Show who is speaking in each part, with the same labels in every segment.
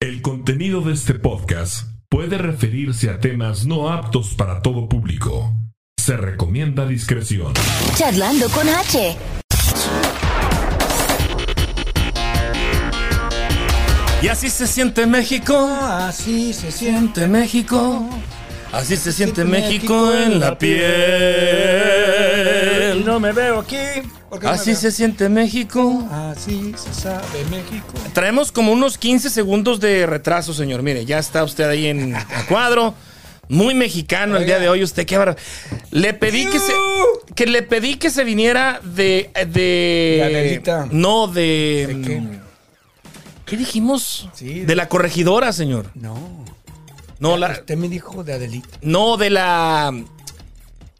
Speaker 1: El contenido de este podcast puede referirse a temas no aptos para todo público. Se recomienda discreción.
Speaker 2: Charlando con H.
Speaker 3: Y así se siente México,
Speaker 4: Así se
Speaker 3: siente México, así se siente México en la
Speaker 4: Y
Speaker 3: piel.
Speaker 4: no me veo aquí. ¿Por qué no
Speaker 3: Así
Speaker 4: me
Speaker 3: se siente México.
Speaker 4: veo? Así se sabe México.
Speaker 3: Traemos como unos 15 segundos de retraso, señor. Mire, ya está usted ahí en a cuadro. Muy mexicano el
Speaker 4: Oiga.
Speaker 3: día de hoy, usted qué barba- Le pedí que se que le pedí que se viniera de de
Speaker 4: La velita.
Speaker 3: no de
Speaker 4: ¿De qué?
Speaker 3: ¿Qué dijimos?
Speaker 4: Sí.
Speaker 3: de la corregidora, señor.
Speaker 4: No.
Speaker 3: No la
Speaker 4: Usted me dijo de Adelita.
Speaker 3: No, de la.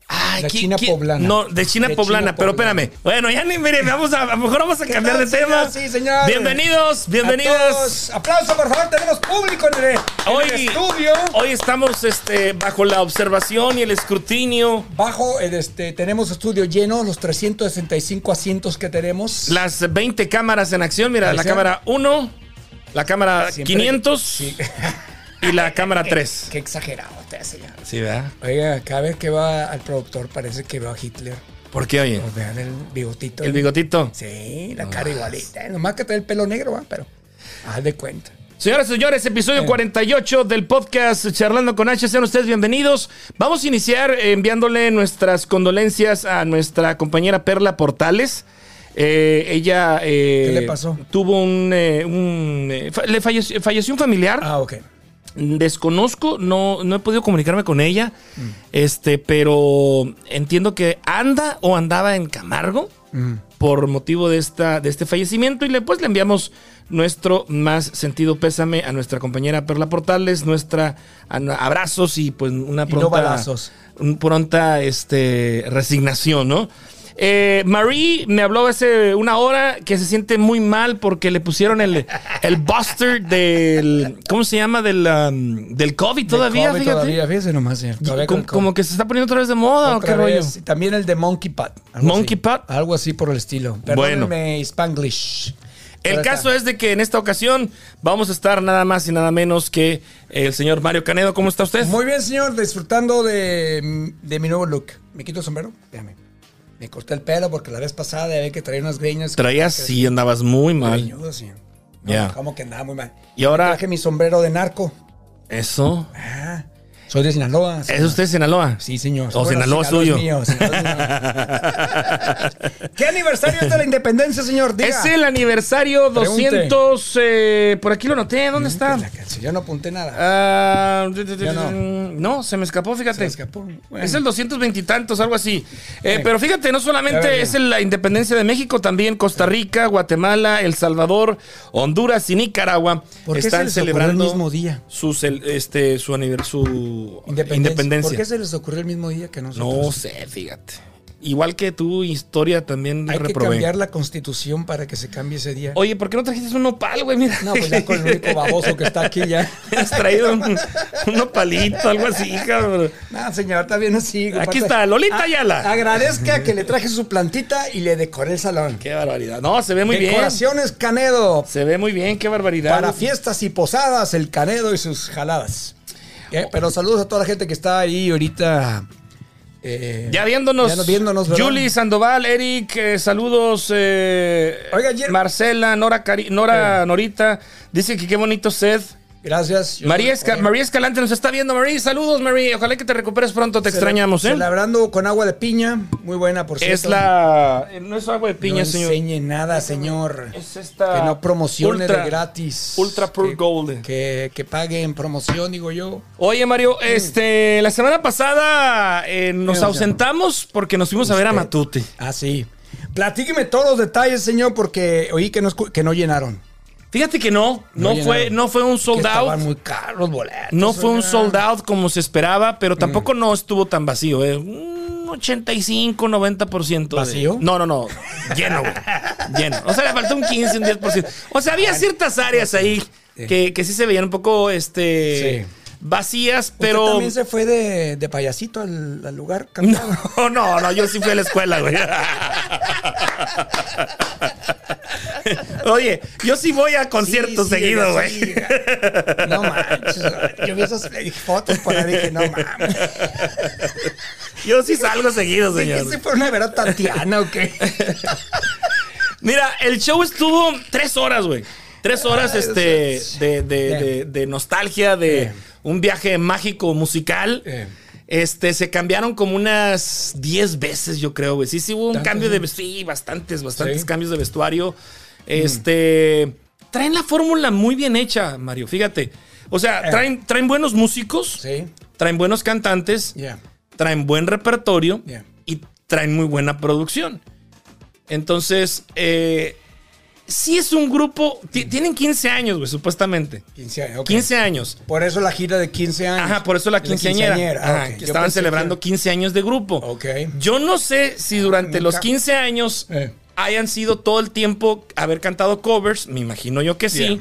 Speaker 3: Ay,
Speaker 4: La
Speaker 3: ¿qui-
Speaker 4: China
Speaker 3: qui-
Speaker 4: poblana.
Speaker 3: No, de China
Speaker 4: De
Speaker 3: poblana,
Speaker 4: China
Speaker 3: pero
Speaker 4: poblana.
Speaker 3: espérame. Bueno, ya ni mire, vamos a, a lo mejor vamos a cambiar de
Speaker 4: tal, señor?
Speaker 3: tema.
Speaker 4: Sí, señor.
Speaker 3: Bienvenidos,
Speaker 4: A
Speaker 3: bienvenidas.
Speaker 4: todos, Aplauso, por favor. Tenemos público en el, en el
Speaker 3: Hoy,
Speaker 4: estudio.
Speaker 3: hoy estamos este, bajo la observación y el escrutinio.
Speaker 4: Bajo, el, este, tenemos estudio lleno, los 365 asientos que tenemos.
Speaker 3: Las 20 cámaras en acción. Mira,
Speaker 4: Ahí
Speaker 3: la
Speaker 4: está.
Speaker 3: cámara 1, la cámara
Speaker 4: Siempre-
Speaker 3: 500
Speaker 4: Sí.
Speaker 3: y la cámara 3.
Speaker 4: Qué exagerado usted, señor.
Speaker 3: Sí, ¿verdad?
Speaker 4: Oiga, cada vez que va al productor parece que veo a Hitler.
Speaker 3: ¿Por qué, oye?
Speaker 4: Pues vean el bigotito.
Speaker 3: El bigotito.
Speaker 4: Sí, la cara igualita. eh. Nomás que trae el pelo negro, va, pero haz de cuenta.
Speaker 3: Señoras y señores,
Speaker 4: Eh.
Speaker 3: episodio 48 del podcast Charlando con H. Sean ustedes bienvenidos. Vamos a iniciar enviándole nuestras condolencias a nuestra compañera Perla Portales. Eh, ella. eh,
Speaker 4: ¿Qué le pasó?
Speaker 3: Tuvo un. eh, un, eh, fa- le falleció, falleció un familiar.
Speaker 4: Ah, ok.
Speaker 3: Desconozco, no, no he podido comunicarme con ella.
Speaker 4: Mm.
Speaker 3: Este, pero entiendo que anda o andaba en Camargo
Speaker 4: Mm.
Speaker 3: por motivo de, esta, de este fallecimiento y le, pues, le enviamos nuestro más sentido pésame a nuestra compañera Perla Portales, nuestra a- abrazos y pues una
Speaker 4: no
Speaker 3: pronta,
Speaker 4: balazos.
Speaker 3: un pronta este, resignación, ¿no? Eh, Marie me habló hace una hora que se siente muy mal porque le pusieron el, el buster del. ¿Cómo se llama? Del, um, del COVID todavía,
Speaker 4: Come
Speaker 3: fíjate.
Speaker 4: Todavía, fíjese nomás, señor. Todavía
Speaker 3: como,
Speaker 4: con-
Speaker 3: como que se está poniendo otra vez de moda, ¿o
Speaker 4: otra
Speaker 3: qué rollo?
Speaker 4: vez. Y También el de Monkey Pat. algo
Speaker 3: Monkey
Speaker 4: así.
Speaker 3: Pat.
Speaker 4: Algo así por el estilo.
Speaker 3: Bueno.
Speaker 4: Perdónenme, Spanglish.
Speaker 3: El caso es de que en esta ocasión vamos a estar nada más y nada menos que el señor Mario Canedo. ¿Cómo está usted?
Speaker 4: Muy bien, señor. Disfrutando de, de mi nuevo look. ¿Me quito el sombrero? Déjame. Me corté el pelo porque la vez pasada ya ve que traía unas greñas.
Speaker 3: Traías sí, andabas muy mal.
Speaker 4: Greñudo, señor. No,
Speaker 3: Ya.
Speaker 4: Como que andaba muy mal.
Speaker 3: Y ahora,
Speaker 4: Traje mi sombrero de narco.
Speaker 3: eso.
Speaker 4: Ah, soy de Sinaloa.
Speaker 3: ¿Es
Speaker 4: señor.
Speaker 3: usted Sinaloa?
Speaker 4: Sí, señor.
Speaker 3: O Sinaloa es suyo.
Speaker 4: es mío, Sinaloa es mío. ¿Qué aniversario es de la independencia, señor? Diga.
Speaker 3: Es el aniversario
Speaker 4: Pregunte.
Speaker 3: 200. eh, por aquí lo noté. ¿Dónde está?
Speaker 4: Si yo no apunté nada.
Speaker 3: Ah, d- d- d-
Speaker 4: Ya
Speaker 3: no.
Speaker 4: no.
Speaker 3: se me escapó, fíjate.
Speaker 4: Se me escapó. Bueno.
Speaker 3: Es el 220 y tantos, algo así. Eh, pero fíjate, no
Speaker 4: Ya
Speaker 3: solamente
Speaker 4: venía.
Speaker 3: es el- la independencia de México, también Costa Rica, Guatemala, El Salvador, Honduras y Nicaragua
Speaker 4: ¿Por qué se
Speaker 3: están
Speaker 4: les ocurrió
Speaker 3: celebrando
Speaker 4: el mismo día?
Speaker 3: Su, cel- este, su, aniver- su independencia.
Speaker 4: Independencia. ¿Por qué se les ocurrió el mismo día que nosotros?
Speaker 3: No sé, fíjate. Igual que tu historia también
Speaker 4: Hay que
Speaker 3: reprobé.
Speaker 4: cambiar la constitución para que se cambie ese día.
Speaker 3: Oye, ¿por qué no trajiste un nopal, güey? Mira.
Speaker 4: No, pues ya con el único baboso que está aquí ya.
Speaker 3: Has traído un, un nopalito, algo así, cabrón.
Speaker 4: No, señor, está bien así.
Speaker 3: Aquí está, Lolita Ayala.
Speaker 4: Agradezca que le traje su plantita y le decoré el salón.
Speaker 3: Qué barbaridad. No, se ve muy bien.
Speaker 4: Decoraciones Canedo.
Speaker 3: Se ve muy bien, qué barbaridad.
Speaker 4: Para fiestas y posadas, el Canedo y sus jaladas.
Speaker 3: Oh.
Speaker 4: Eh, Pero saludos a toda la gente que está ahí ahorita. eh,
Speaker 3: ya viéndonos.
Speaker 4: Ya no- viéndonos, ¿verdad?
Speaker 3: Julie Sandoval, Eric, eh, saludos. eh,
Speaker 4: Oiga, ayer-
Speaker 3: Marcela, Nora, Cari- Nora Norita. Dice que qué bonito sed.
Speaker 4: Gracias. Yo-
Speaker 3: María, Esca-
Speaker 4: Oye,
Speaker 3: María Escalante nos está viendo, María. Saludos, María. Ojalá que te recuperes pronto, te
Speaker 4: cele-
Speaker 3: extrañamos, ¿eh?
Speaker 4: Celebrando con agua de piña. Muy buena, por cierto.
Speaker 3: Es la. eh, No es agua de piña,
Speaker 4: no
Speaker 3: señor.
Speaker 4: enseñe nada, señor.
Speaker 3: Es esta.
Speaker 4: que no promocione
Speaker 3: ultra-
Speaker 4: de gratis.
Speaker 3: Ultra Pure
Speaker 4: Que-
Speaker 3: Gold.
Speaker 4: Que, que paguen promoción, digo yo.
Speaker 3: Oye, Mario, este, la semana pasada eh, nos
Speaker 4: Mira,
Speaker 3: ausentamos porque nos fuimos a ver a
Speaker 4: Usted-
Speaker 3: Matute.
Speaker 4: Ah, sí. Platíqueme todos los detalles, señor, porque oí que no, escu- que no llenaron.
Speaker 3: Fíjate que no,
Speaker 4: No
Speaker 3: no, fue,
Speaker 4: llenaron.
Speaker 3: no fue un
Speaker 4: Que
Speaker 3: sold out.
Speaker 4: Estaban muy caros Mm. los boletos.
Speaker 3: No fue un
Speaker 4: oiga.
Speaker 3: sold out como se esperaba, pero tampoco no estuvo tan vacío. eh. Un 85, 90%. de-
Speaker 4: ¿Vacío?
Speaker 3: no, no, no. Lleno, güey. Lleno. O sea, le faltó un 15, un 10%. O sea, había ciertas áreas ahí
Speaker 4: Sí.
Speaker 3: que, que sí se veían un poco este, vacías,
Speaker 4: ¿Usted
Speaker 3: pero...
Speaker 4: también se fue de, de payasito al, al lugar cantado?
Speaker 3: Oh, No, no, no, yo sí fui a la escuela, güey. Oye, yo sí voy a conciertos
Speaker 4: Sí, sí,
Speaker 3: seguido, güey.
Speaker 4: sí, güey. no manches. Yo vi esas fotos por ahí y dije, no mames.
Speaker 3: Yo sí salgo seguido,
Speaker 4: Dije,
Speaker 3: señor.
Speaker 4: ¿Se este fue una vera Tatiana o qué?
Speaker 3: Mira, el show estuvo tres horas, güey. Tres horas este, de, de- de- de nostalgia, de un viaje mágico musical.
Speaker 4: Bien.
Speaker 3: Este, se cambiaron como unas 10 veces, yo creo, güey. Sí, sí hubo un
Speaker 4: ¿Tanto?
Speaker 3: cambio de vestuario. Sí, bastantes, bastantes
Speaker 4: Sí. Mm.
Speaker 3: cambios de vestuario. Este. Traen la fórmula muy bien hecha, Mario. Fíjate. O sea,
Speaker 4: Eh.
Speaker 3: traen, traen buenos músicos,
Speaker 4: Sí,
Speaker 3: traen buenos cantantes
Speaker 4: ya.
Speaker 3: traen buen repertorio
Speaker 4: Yeah.
Speaker 3: y traen muy buena producción. Entonces, eh, sí es un grupo. ti- Tienen 15 años, güey, supuestamente.
Speaker 4: 15 años. Mm. ok.
Speaker 3: 15 años.
Speaker 4: Por eso la gira de 15 años.
Speaker 3: Ajá, por eso la
Speaker 4: De
Speaker 3: quinceañera.
Speaker 4: Ah,
Speaker 3: Ajá,
Speaker 4: ok.
Speaker 3: que
Speaker 4: Yo
Speaker 3: estaban
Speaker 4: pensé
Speaker 3: celebrando
Speaker 4: que-
Speaker 3: 15 años de grupo.
Speaker 4: Ok.
Speaker 3: Yo no sé si durante
Speaker 4: Nunca-
Speaker 3: los 15 años
Speaker 4: Eh.
Speaker 3: hayan sido todo el tiempo haber cantado covers. Me imagino yo que sí.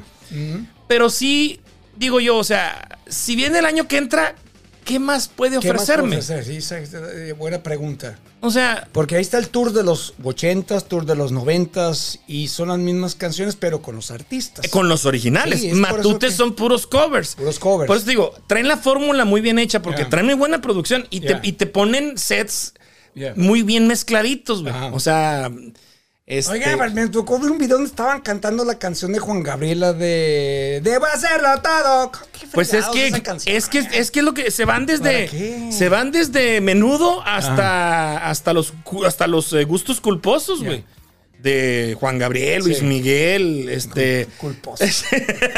Speaker 3: Pero sí, digo yo, o sea, si viene el año que entra, ¿qué más puede
Speaker 4: ¿Qué más
Speaker 3: ofrecerme?
Speaker 4: puedo ofrecer? Sí, esa es, eh, buena pregunta.
Speaker 3: O sea,
Speaker 4: Porque ahí está el tour de los 80s, tour de los 90s y son las mismas canciones, pero con los artistas.
Speaker 3: Con los originales.
Speaker 4: Sí, es por eso
Speaker 3: Matutes
Speaker 4: que-
Speaker 3: son puros covers.
Speaker 4: Puros covers.
Speaker 3: Por eso te digo, traen la fórmula muy bien hecha porque
Speaker 4: Yeah.
Speaker 3: traen muy buena producción y,
Speaker 4: Yeah.
Speaker 3: te, y te ponen sets
Speaker 4: Yeah.
Speaker 3: muy bien mezcladitos, güey.
Speaker 4: Ajá.
Speaker 3: O sea, este,
Speaker 4: Oiga, pero me tocó ver un video donde estaban cantando la canción de Juan Gabriela de Debo hacerlo todo. Qué
Speaker 3: pues es
Speaker 4: fregados
Speaker 3: que,
Speaker 4: esa canción,
Speaker 3: es que
Speaker 4: man.
Speaker 3: es que es lo que se van
Speaker 4: ¿Para
Speaker 3: desde
Speaker 4: qué?
Speaker 3: se van desde menudo hasta hasta los cu- hasta los eh, gustos culposos, güey. De Juan Gabriel, Luis
Speaker 4: Sí.
Speaker 3: Miguel, este
Speaker 4: culposo.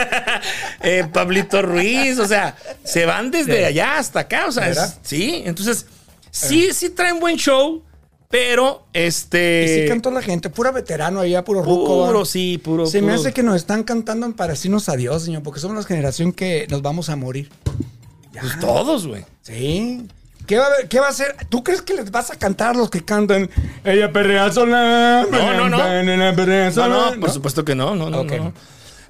Speaker 3: eh, Pablito Ruiz, o sea, se van desde allá hasta acá, o sea, es-
Speaker 4: ¿Verdad?
Speaker 3: sí, entonces,
Speaker 4: Ah.
Speaker 3: sí, sí traen buen show, pero
Speaker 4: Y sí
Speaker 3: este...
Speaker 4: cantó la gente, pura veterano allá, puro ruco.
Speaker 3: puro,
Speaker 4: ¿va?
Speaker 3: sí, puro.
Speaker 4: Se me
Speaker 3: puro.
Speaker 4: hace que nos están cantando para decirnos adiós, señor, porque somos la generación que nos vamos a morir.
Speaker 3: Pues todos, güey.
Speaker 4: Sí. ¿Qué va, a haber- ¿Qué va a hacer? ¿Tú crees que les vas a cantar a los que cantan Ella perrea sola?
Speaker 3: No, no, no.
Speaker 4: ella perrea
Speaker 3: No,
Speaker 4: sola"?
Speaker 3: no, por supuesto que no, no, no,
Speaker 4: Ok.
Speaker 3: no.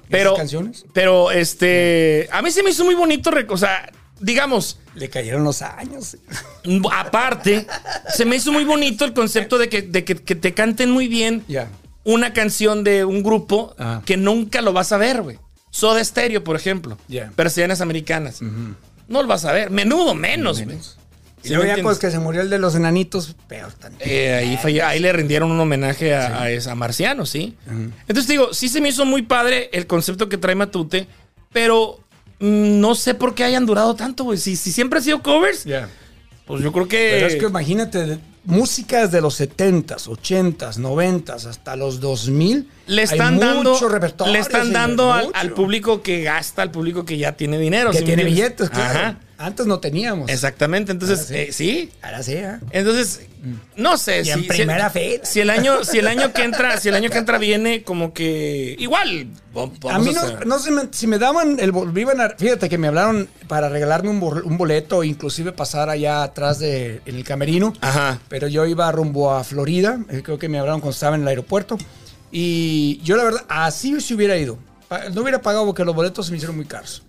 Speaker 3: Pero,
Speaker 4: ¿Esas canciones?
Speaker 3: pero, este, a mí se me hizo muy bonito, rec- o sea, digamos,
Speaker 4: Le cayeron los años.
Speaker 3: aparte, se me hizo muy bonito el concepto de que, de que, que te canten muy bien
Speaker 4: Ya.
Speaker 3: una canción de un grupo
Speaker 4: Ah.
Speaker 3: que nunca lo vas a ver, güey. Soda Stereo, por ejemplo.
Speaker 4: Ya.
Speaker 3: Persianas americanas. No lo vas a ver. Menudo menos, güey.
Speaker 4: Menos.
Speaker 3: ¿Sí
Speaker 4: Y luego
Speaker 3: me
Speaker 4: ya pues
Speaker 3: entiendes?
Speaker 4: que se murió el de los enanitos, peor también.
Speaker 3: Eh, ahí, fallé- ahí le rindieron un homenaje a, a esa- a Marciano, ¿sí? Entonces digo, sí se me hizo muy padre el concepto que trae Matute, pero mm, no sé por qué hayan durado tanto, güey. Si, si siempre ha sido covers, pues yo creo que...
Speaker 4: Pero es que imagínate, de- música desde los 70s, 80s, 90s hasta los 2000.
Speaker 3: le
Speaker 4: hay
Speaker 3: están dando,
Speaker 4: mucho repertorio,
Speaker 3: le están
Speaker 4: señor,
Speaker 3: dando al,
Speaker 4: mucho.
Speaker 3: al público que gasta, al público que ya tiene dinero.
Speaker 4: Que
Speaker 3: ¿sí me
Speaker 4: tiene
Speaker 3: entiendes?
Speaker 4: billetes, claro.
Speaker 3: Ajá,
Speaker 4: Antes no teníamos.
Speaker 3: exactamente. Entonces,
Speaker 4: Ah, sí.
Speaker 3: eh, sí.
Speaker 4: Ahora sí, ¿eh?
Speaker 3: Entonces, no sé
Speaker 4: Y en primera fila.
Speaker 3: si el año, si el año que entra, si el año que entra viene como que igual. va-
Speaker 4: A
Speaker 3: vamos
Speaker 4: mí no,
Speaker 3: hacer-
Speaker 4: no se me- si me daban el bol- iban a- fíjate que me hablaron para regalarme un, bol- un boleto, inclusive pasar allá atrás de en el camerino.
Speaker 3: Ajá.
Speaker 4: Pero yo iba rumbo a Florida, eh, creo que me hablaron cuando estaba en el aeropuerto. Y yo la verdad, así se hubiera ido. Pa- No hubiera pagado porque los boletos se me hicieron muy caros.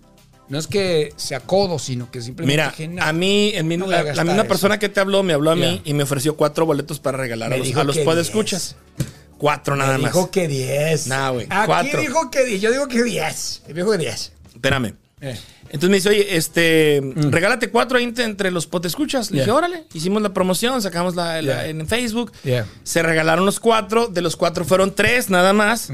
Speaker 4: No es que sea codo, sino que simplemente...
Speaker 3: Mira,
Speaker 4: dije, "No".
Speaker 3: a mí, el mismo-
Speaker 4: no voy a
Speaker 3: la, la
Speaker 4: gastar
Speaker 3: misma
Speaker 4: eso.
Speaker 3: persona que te habló me habló a mí
Speaker 4: Ya.
Speaker 3: y me ofreció cuatro boletos para regalar
Speaker 4: Me
Speaker 3: a los,
Speaker 4: dijo
Speaker 3: a los
Speaker 4: que
Speaker 3: podescuchas. Cuatro nada
Speaker 4: Me
Speaker 3: más.
Speaker 4: dijo que 10.
Speaker 3: Nah, güey,
Speaker 4: Aquí
Speaker 3: cuatro.
Speaker 4: dijo que 10. Yo digo que 10. Me dijo que 10.
Speaker 3: Espérame.
Speaker 4: Eh.
Speaker 3: Entonces me dice, oye, este,
Speaker 4: Mm.
Speaker 3: regálate cuatro ahí entre- entre los potescuchas. Le dije,
Speaker 4: Yeah.
Speaker 3: órale, hicimos la promoción, sacamos la, la-
Speaker 4: Yeah.
Speaker 3: en Facebook.
Speaker 4: Yeah.
Speaker 3: Se regalaron los cuatro, de los cuatro fueron tres nada
Speaker 4: Mm.
Speaker 3: más.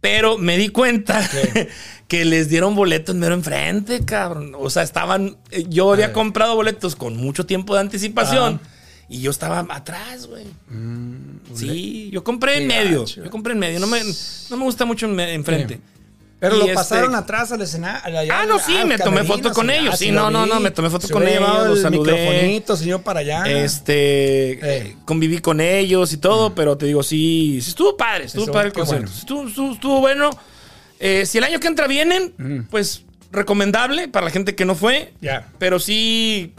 Speaker 3: Pero me di cuenta que les dieron boletos mero enfrente, cabrón. O sea, estaban, eh, yo había comprado boletos con mucho tiempo de anticipación. Y yo estaba atrás, güey. sí, yo compré en
Speaker 4: Mm, Qué
Speaker 3: medio.
Speaker 4: gacho.
Speaker 3: Yo compré en medio. No me, no me gusta mucho en- enfrente.
Speaker 4: Pero
Speaker 3: Y
Speaker 4: lo
Speaker 3: este-
Speaker 4: pasaron atrás al escenario. allá
Speaker 3: Ah,
Speaker 4: al-
Speaker 3: no, sí,
Speaker 4: al
Speaker 3: me tomé
Speaker 4: camerino,
Speaker 3: foto con
Speaker 4: señor.
Speaker 3: ellos.
Speaker 4: Ah,
Speaker 3: Sí, no,
Speaker 4: lo
Speaker 3: no,
Speaker 4: vi.
Speaker 3: no, me tomé foto
Speaker 4: Se
Speaker 3: con
Speaker 4: hubiera
Speaker 3: ellos,
Speaker 4: llevado
Speaker 3: los
Speaker 4: el
Speaker 3: saludé.
Speaker 4: microfonito, señor, para allá.
Speaker 3: Este,
Speaker 4: Eh.
Speaker 3: conviví con ellos y todo, pero te digo, sí, sí estuvo padre, estuvo
Speaker 4: Eso,
Speaker 3: padre el
Speaker 4: Mm. qué
Speaker 3: concierto.
Speaker 4: bueno.
Speaker 3: Estuvo, estuvo- estuvo bueno. Eh, si el año que entra vienen, pues recomendable para la gente que no fue.
Speaker 4: Mm. Ya.
Speaker 3: Pero sí,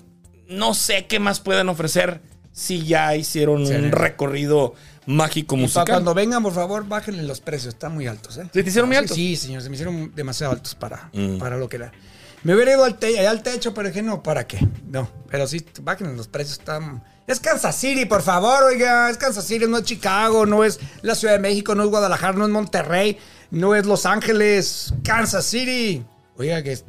Speaker 3: no sé qué más puedan ofrecer si ya hicieron
Speaker 4: Sí.
Speaker 3: un recorrido mágico
Speaker 4: Y para
Speaker 3: musical.
Speaker 4: cuando vengan, por favor, bájenle los precios. Están muy altos, ¿eh?
Speaker 3: ¿Se te hicieron muy
Speaker 4: Sí,
Speaker 3: altos?
Speaker 4: Sí, señor, se me hicieron demasiado altos para, para lo que era. Me hubiera ido al, te- allá al techo, pero dije, no, ¿para qué? No, pero sí, bajen los precios, están... Es Kansas City, por favor, oiga, es Kansas City, no es Chicago, no es la Ciudad de México, no es Guadalajara, no es Monterrey, no es Los Ángeles, Kansas City. Oiga, que... es-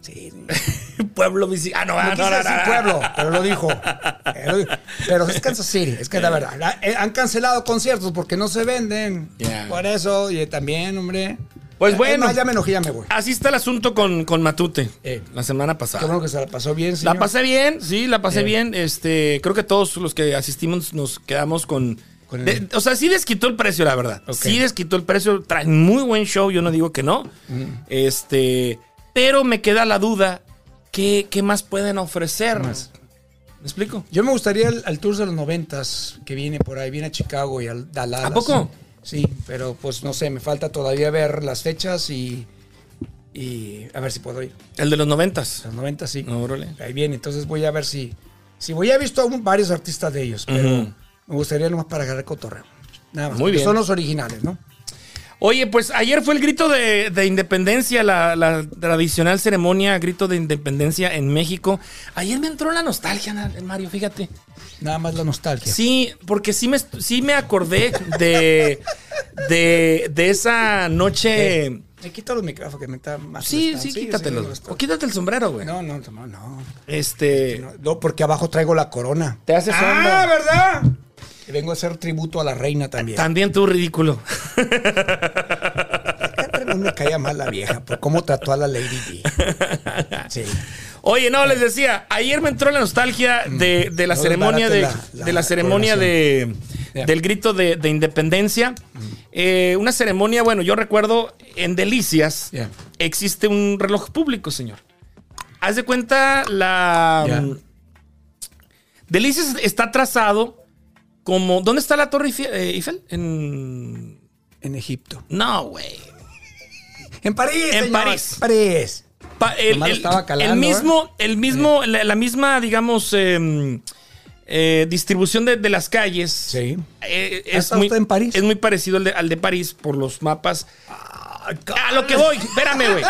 Speaker 4: Sí,
Speaker 3: Pueblo Misi- Ah, no,
Speaker 4: no
Speaker 3: ah,
Speaker 4: quise
Speaker 3: no, no,
Speaker 4: decir
Speaker 3: no, no.
Speaker 4: pueblo, pero lo dijo. Eh, lo dijo. Pero es Kansas City, es que la verdad, la- eh, han cancelado conciertos porque no se venden.
Speaker 3: Ya.
Speaker 4: Por eso, y también, hombre. Eh,
Speaker 3: Pues
Speaker 4: Es
Speaker 3: bueno. Ah.
Speaker 4: más, ya me enojé, ya me voy.
Speaker 3: Así está el asunto con, con Matute
Speaker 4: Eh.
Speaker 3: la semana
Speaker 4: Qué
Speaker 3: pasada.
Speaker 4: bueno que se la pasó bien,
Speaker 3: La
Speaker 4: señor.
Speaker 3: pasé bien, sí, la pasé
Speaker 4: Eh.
Speaker 3: bien. Este, creo que todos los que asistimos nos quedamos con.
Speaker 4: Con
Speaker 3: de-
Speaker 4: el-
Speaker 3: o sea, sí desquitó el precio, la verdad.
Speaker 4: Ok.
Speaker 3: Sí desquitó el precio. Traen muy buen show, yo no digo que no. Este, pero me queda la duda: ¿qué, qué más pueden ofrecer? ¿Me explico?
Speaker 4: Yo me gustaría al, al tour de los noventas que viene por ahí, viene a Chicago y al Dallas.
Speaker 3: ¿A poco?
Speaker 4: Sí, pero pues no sé, me falta todavía ver las fechas y, y a ver si puedo ir.
Speaker 3: El de los noventas.
Speaker 4: Los noventas sí.
Speaker 3: No, órale.
Speaker 4: Ahí viene, entonces voy a ver si... Si voy, ya he visto a un- varios artistas de ellos, pero
Speaker 3: Ujú.
Speaker 4: me gustaría nomás para agarrar cotorreo. Nada más.
Speaker 3: Muy
Speaker 4: porque
Speaker 3: bien.
Speaker 4: Son los originales, ¿no?
Speaker 3: Oye, pues ayer fue el grito de, de independencia, la, la tradicional ceremonia, grito de independencia en México. Ayer me entró la nostalgia, na- Mario, fíjate.
Speaker 4: Nada más la nostalgia.
Speaker 3: Sí, porque sí me, est- sí me acordé de, de, de esa noche.
Speaker 4: Me quito los micrófonos que me está más
Speaker 3: Sí,
Speaker 4: molestando.
Speaker 3: sí,
Speaker 4: me
Speaker 3: quítatelos.
Speaker 4: molestó.
Speaker 3: O quítate el sombrero, güey.
Speaker 4: No, no, no, no.
Speaker 3: Este.
Speaker 4: No, no, porque abajo traigo la corona.
Speaker 3: Te hace sombra.
Speaker 4: Ah, ¿verdad? Y Vengo a hacer tributo a la reina también.
Speaker 3: También tú, ridículo.
Speaker 4: Siempre No me caía mal la vieja por cómo trató a la Lady D. Sí.
Speaker 3: Oye, no, les decía, ayer me entró la nostalgia de, de la
Speaker 4: Mm. No
Speaker 3: ceremonia de,
Speaker 4: desbarate la- la
Speaker 3: de la ceremonia de,
Speaker 4: Yeah.
Speaker 3: del grito de, de independencia.
Speaker 4: Mm.
Speaker 3: Eh, una ceremonia, bueno, yo recuerdo en Delicias
Speaker 4: Yeah.
Speaker 3: existe un reloj público, señor. Haz de cuenta la
Speaker 4: Yeah.
Speaker 3: mm, Delicias está trazado como ¿dónde está la Torre Eiffel? eh, Eiffel? En
Speaker 4: En Egipto.
Speaker 3: no, güey.
Speaker 4: En París.
Speaker 3: En
Speaker 4: señor.
Speaker 3: París.
Speaker 4: París.
Speaker 3: Pa- el,
Speaker 4: Nomás lo
Speaker 3: el-
Speaker 4: estaba calando, ¿eh?
Speaker 3: el mismo, el mismo, la, la misma, digamos, eh, eh, distribución de, de las calles.
Speaker 4: Sí.
Speaker 3: Eh,
Speaker 4: ¿Ha
Speaker 3: es
Speaker 4: estado
Speaker 3: muy,
Speaker 4: usted en París?
Speaker 3: Es muy parecido al de, al de París por los mapas.
Speaker 4: Ah,
Speaker 3: A lo que voy, espérame, güey.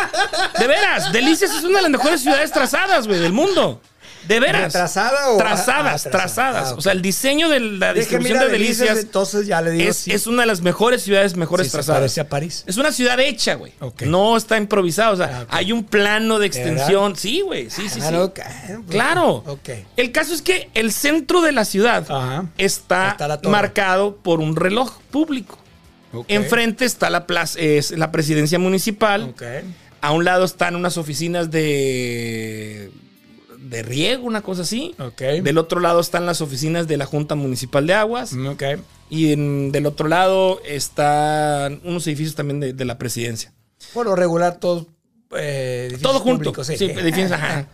Speaker 3: De veras, Delicias es una de las mejores ciudades trazadas, güey, del mundo. De veras.
Speaker 4: ¿Retrasada o-
Speaker 3: Trazadas,
Speaker 4: ah, ah, trazada.
Speaker 3: trazadas.
Speaker 4: Ah, ok.
Speaker 3: O sea, el diseño de la
Speaker 4: Es que
Speaker 3: distribución
Speaker 4: mira,
Speaker 3: de Delicias
Speaker 4: entonces ya le digo
Speaker 3: es,
Speaker 4: sí.
Speaker 3: es una de las mejores ciudades mejores
Speaker 4: Sí, se
Speaker 3: trazadas.
Speaker 4: parece a París.
Speaker 3: Es una ciudad hecha, güey.
Speaker 4: Ok.
Speaker 3: No está improvisada. O sea,
Speaker 4: Ah, ok.
Speaker 3: hay un plano de
Speaker 4: verdad?
Speaker 3: extensión. Sí, güey. Sí, sí, sí.
Speaker 4: Claro, claro.
Speaker 3: Claro.
Speaker 4: Ah, Ok.
Speaker 3: El caso es que el centro de la ciudad
Speaker 4: Ajá.
Speaker 3: está,
Speaker 4: Está la torre.
Speaker 3: marcado por un reloj público.
Speaker 4: Ok.
Speaker 3: Enfrente está la, plaza, es la presidencia municipal.
Speaker 4: Ok.
Speaker 3: A un lado están unas oficinas de, de riego, una cosa así.
Speaker 4: Ok.
Speaker 3: Del otro lado están las oficinas de la Junta Municipal de Aguas.
Speaker 4: Mm, Ok.
Speaker 3: Y en- del otro lado están unos edificios también de, de la presidencia.
Speaker 4: Por lo regular, todos. eh, edificios
Speaker 3: Todo junto.
Speaker 4: públicos,
Speaker 3: sí, edificios, ajá.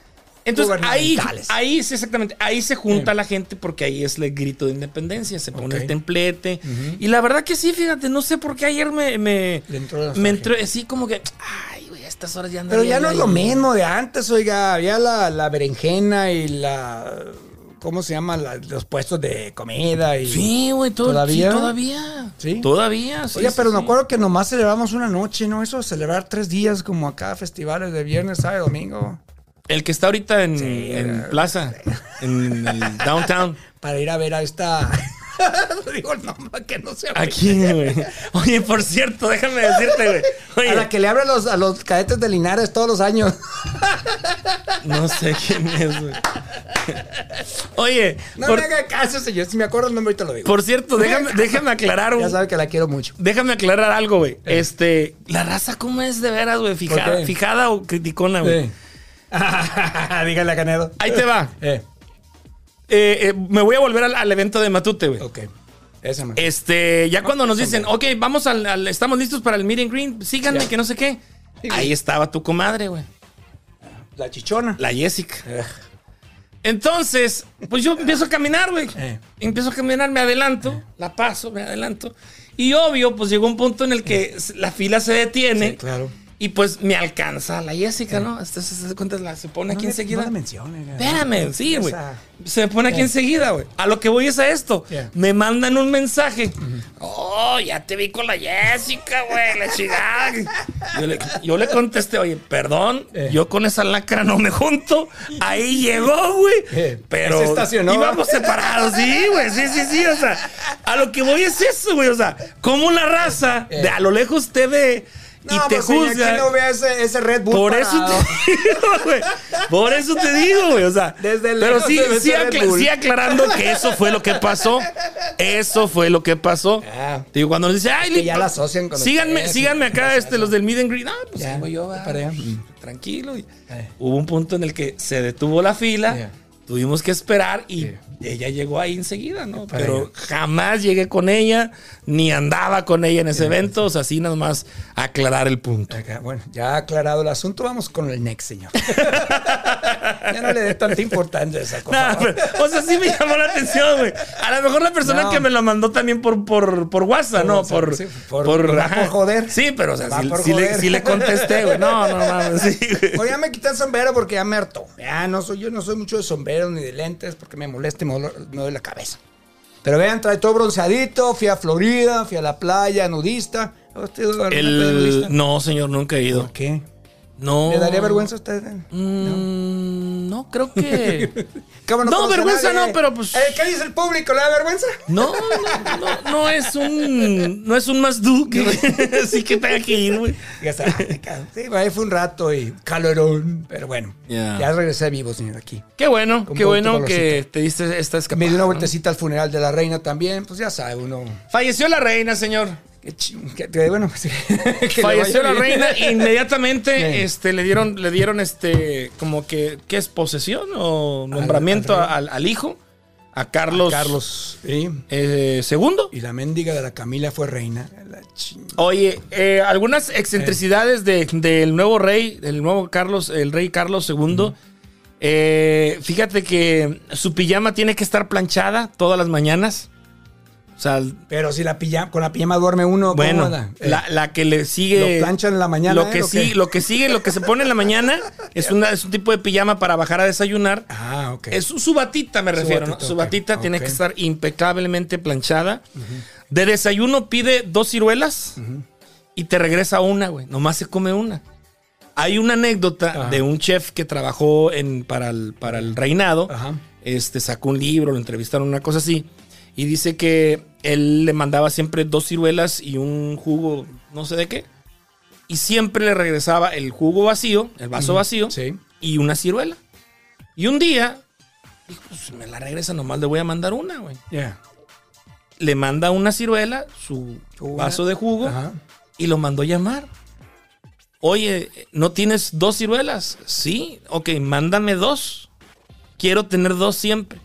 Speaker 3: Entonces ahí,
Speaker 4: Gubernamentales.
Speaker 3: ahí sí, exactamente, ahí se junta la gente porque ahí es el grito de independencia, se pone
Speaker 4: Ok.
Speaker 3: el templete. Y la verdad que sí, fíjate, no sé por qué ayer me, me,
Speaker 4: Le entró la
Speaker 3: me
Speaker 4: nostalgia.
Speaker 3: entró así como que, ay, güey, a estas horas ya ando
Speaker 4: Pero ya no es lo
Speaker 3: ahí".
Speaker 4: mismo de antes, oiga. Había la, la berenjena y la. ¿Cómo se llama? La- los puestos de comida y.
Speaker 3: Sí, güey, todo- sí,
Speaker 4: ¿Todavía?
Speaker 3: ¿Todavía? todavía.
Speaker 4: Sí.
Speaker 3: Todavía, sí,
Speaker 4: Oiga,
Speaker 3: sí,
Speaker 4: pero me
Speaker 3: sí.
Speaker 4: acuerdo que nomás celebramos una noche, ¿no? Eso, celebrar tres días como acá, festivales de viernes, sábado, domingo.
Speaker 3: El que está ahorita en,
Speaker 4: Sí,
Speaker 3: en
Speaker 4: eh,
Speaker 3: Plaza, en el downtown.
Speaker 4: Para ir a ver a esta. Digo el nombre que no se
Speaker 3: ¿A quién, güey? Oye, por cierto, déjame decirte, güey. Oye,
Speaker 4: A la que le abre a los, a los cadetes de Linares todos los años.
Speaker 3: no sé quién es, güey. Oye,
Speaker 4: No
Speaker 3: por,
Speaker 4: me haga caso, señor. Si me acuerdo el nombre, ahorita lo digo.
Speaker 3: por cierto, déjame, déjame aclarar,
Speaker 4: Ya Eh.
Speaker 3: un-
Speaker 4: sabe que la quiero mucho.
Speaker 3: déjame aclarar algo, güey. Este, la raza, ¿cómo es de veras, güey?
Speaker 4: ¿Por
Speaker 3: Fijada,
Speaker 4: qué?
Speaker 3: fijada o criticona, güey.
Speaker 4: Sí. Dígale a Canedo.
Speaker 3: Ahí te va.
Speaker 4: Eh,
Speaker 3: Eh, eh, me voy a volver al, al evento de Matute, güey.
Speaker 4: ok. Esa man.
Speaker 3: Este, ya cuando nos dicen, ok,
Speaker 4: hombre.
Speaker 3: vamos al, al- estamos listos para el meeting green, síganme,
Speaker 4: Ya.
Speaker 3: que no sé qué.
Speaker 4: Sí, güey.
Speaker 3: Ahí estaba tu comadre, güey.
Speaker 4: La chichona.
Speaker 3: La Jessica.
Speaker 4: Eh,
Speaker 3: Entonces, pues yo empiezo a caminar, güey.
Speaker 4: Eh.
Speaker 3: Empiezo a caminar, me adelanto, la paso, me adelanto. Y obvio, pues llegó un punto en el que s- la fila se detiene.
Speaker 4: Eh. sí, claro.
Speaker 3: Y pues me alcanza la Jessica, ¿no? Entonces se hace cuenta, la- se pone aquí
Speaker 4: le-
Speaker 3: enseguida.
Speaker 4: No la menciones. güey.
Speaker 3: Espérame, sí, güey.
Speaker 4: Esa-
Speaker 3: Se pone aquí
Speaker 4: Yeah.
Speaker 3: enseguida, güey. A lo que voy es a esto.
Speaker 4: Yeah.
Speaker 3: Me mandan un mensaje. Oh, ya te vi con la Jessica, güey, la chingada. Yo le, yo le contesté, oye, perdón,
Speaker 4: Eh.
Speaker 3: yo con esa lacra no me junto. Ahí llegó, güey.
Speaker 4: Eh,
Speaker 3: Pero
Speaker 4: se estacionó.
Speaker 3: íbamos separados, sí, güey. Sí, sí, sí. O sea, a lo que voy es eso, güey. O sea, como la raza, de a lo lejos te ve y
Speaker 4: Eh. No,
Speaker 3: te
Speaker 4: pues, señor,
Speaker 3: juzga.
Speaker 4: ¿quién no vea ese, ese Red Bull.
Speaker 3: Por eso
Speaker 4: parado?
Speaker 3: te digo, güey. Por eso te digo, güey. O sea,
Speaker 4: Desde
Speaker 3: pero
Speaker 4: lejos
Speaker 3: sí,
Speaker 4: se ve
Speaker 3: sí,
Speaker 4: ese Red
Speaker 3: acla-
Speaker 4: Bull.
Speaker 3: sí aclarando que eso fue lo que pasó. Eso fue lo que pasó.
Speaker 4: Ah.
Speaker 3: Digo, cuando nos dice, ay,
Speaker 4: Que ya
Speaker 3: Lipa,
Speaker 4: la asocian con
Speaker 3: Síganme,
Speaker 4: ustedes,
Speaker 3: síganme
Speaker 4: y-
Speaker 3: acá, este, los del Mid and Green. Ah, pues
Speaker 4: Ya,
Speaker 3: ahí voy yo,
Speaker 4: voy
Speaker 3: va,
Speaker 4: para allá. Mm.
Speaker 3: Tranquilo. Y
Speaker 4: Eh.
Speaker 3: Hubo un punto en el que se detuvo la fila.
Speaker 4: Yeah.
Speaker 3: Tuvimos que esperar y
Speaker 4: Yeah.
Speaker 3: ella llegó ahí enseguida, ¿no?
Speaker 4: Para
Speaker 3: Pero
Speaker 4: allá.
Speaker 3: jamás llegué con ella, ni andaba con ella en ese evento. O sea, así nada más aclarar el punto.
Speaker 4: Acá, bueno, ya aclarado el asunto, vamos con el next, señor. ya no le dé tanta importancia a esa cosa.
Speaker 3: Nah, pero, o sea, sí me llamó la atención, güey. A lo mejor la persona
Speaker 4: No.
Speaker 3: que me lo mandó también por, por, por WhatsApp,
Speaker 4: Por
Speaker 3: ¿no?
Speaker 4: WhatsApp,
Speaker 3: por,
Speaker 4: sí,
Speaker 3: por,
Speaker 4: por- va
Speaker 3: ajá.
Speaker 4: por joder.
Speaker 3: Sí, pero o sea,
Speaker 4: Va
Speaker 3: sí,
Speaker 4: por
Speaker 3: sí le,
Speaker 4: joder.
Speaker 3: sí le contesté, güey. No, no, mames, sí, güey.
Speaker 4: Oye, ya me quité el sombrero porque ya me hartó. Ya no soy, yo no soy mucho de sombreros ni de lentes porque me molesta y me dolo- me duele la cabeza. Pero vean, trae todo bronceadito, fui a Florida, fui a la playa nudista. Oh, ¿Usted ha ido a alguna playa
Speaker 3: El,
Speaker 4: nudista?
Speaker 3: no, señor, nunca he ido.
Speaker 4: ¿Por qué?
Speaker 3: No.
Speaker 4: ¿Le daría vergüenza a usted? No.
Speaker 3: Mm, no, creo que.
Speaker 4: ¿Cómo
Speaker 3: No,
Speaker 4: conoce a
Speaker 3: vergüenza
Speaker 4: nadie?
Speaker 3: no, pero pues-
Speaker 4: Eh, ¿Qué dice el público? ¿Le da vergüenza?
Speaker 3: No, no, no, no es un. No es un más du que sí que tenga que ir, güey.
Speaker 4: Ya está. Sí, ahí fue un rato y calorón. Pero bueno,
Speaker 3: Ya.
Speaker 4: ya regresé vivo, señor, aquí.
Speaker 3: Qué bueno,
Speaker 4: Con
Speaker 3: qué
Speaker 4: poquito
Speaker 3: bueno que
Speaker 4: calorcito.
Speaker 3: te diste esta escapada.
Speaker 4: Me dio una
Speaker 3: ¿no?
Speaker 4: vueltecita al funeral de la reina también. Pues ya sabe, uno.
Speaker 3: Falleció la reina, señor.
Speaker 4: Qué ching- que- que- bueno, pues, que le
Speaker 3: Falleció
Speaker 4: vaya
Speaker 3: la
Speaker 4: bien.
Speaker 3: reina e inmediatamente
Speaker 4: Sí.
Speaker 3: este, le dieron, le dieron este, como que, ¿qué es posesión o nombramiento
Speaker 4: al
Speaker 3: a- al, al hijo? A Carlos,
Speaker 4: Carlos. sí.
Speaker 3: eh, segundo.
Speaker 4: Y la mendiga de la Camila fue reina. La ching-
Speaker 3: Oye, eh, algunas excentricidades de-
Speaker 4: Eh.
Speaker 3: del nuevo rey, del nuevo Carlos, el rey Carlos II. Eh, fíjate que su pijama tiene que estar planchada todas las mañanas. O sea,
Speaker 4: Pero si la pijama, con la pijama duerme uno, ¿cómo
Speaker 3: Bueno,
Speaker 4: anda? Eh,
Speaker 3: la, la que le sigue.
Speaker 4: Lo planchan en la mañana,
Speaker 3: Lo
Speaker 4: ¿eh?
Speaker 3: que,
Speaker 4: ¿O
Speaker 3: sí-
Speaker 4: qué?
Speaker 3: lo que sigue, lo que se pone en la mañana es, una, es un tipo de pijama para bajar a desayunar.
Speaker 4: Ah, ok.
Speaker 3: Es su- su batita, me
Speaker 4: Su
Speaker 3: refiero. ¿no?
Speaker 4: batita,
Speaker 3: Su
Speaker 4: ok,
Speaker 3: batita tiene
Speaker 4: ok.
Speaker 3: que estar impecablemente planchada. De desayuno pide dos ciruelas y te regresa una, güey. Nomás se come una. Hay una anécdota
Speaker 4: Ajá.
Speaker 3: de un chef que trabajó en, para, el, para el reinado.
Speaker 4: Ajá.
Speaker 3: Este, sacó un libro, lo entrevistaron, una cosa así. Y dice que él le mandaba siempre dos ciruelas y un jugo, no sé de qué. Y siempre le regresaba el jugo vacío, el vaso vacío,
Speaker 4: Sí.
Speaker 3: y una ciruela. Y un día, dijo, pues si me la regresa, nomás le voy a mandar una, güey.
Speaker 4: Ya.
Speaker 3: Le manda una ciruela, su
Speaker 4: Una.
Speaker 3: vaso de jugo,
Speaker 4: Ajá.
Speaker 3: y lo mandó llamar. Oye, ¿no tienes dos ciruelas? Sí, ok, mándame dos. Quiero tener dos siempre.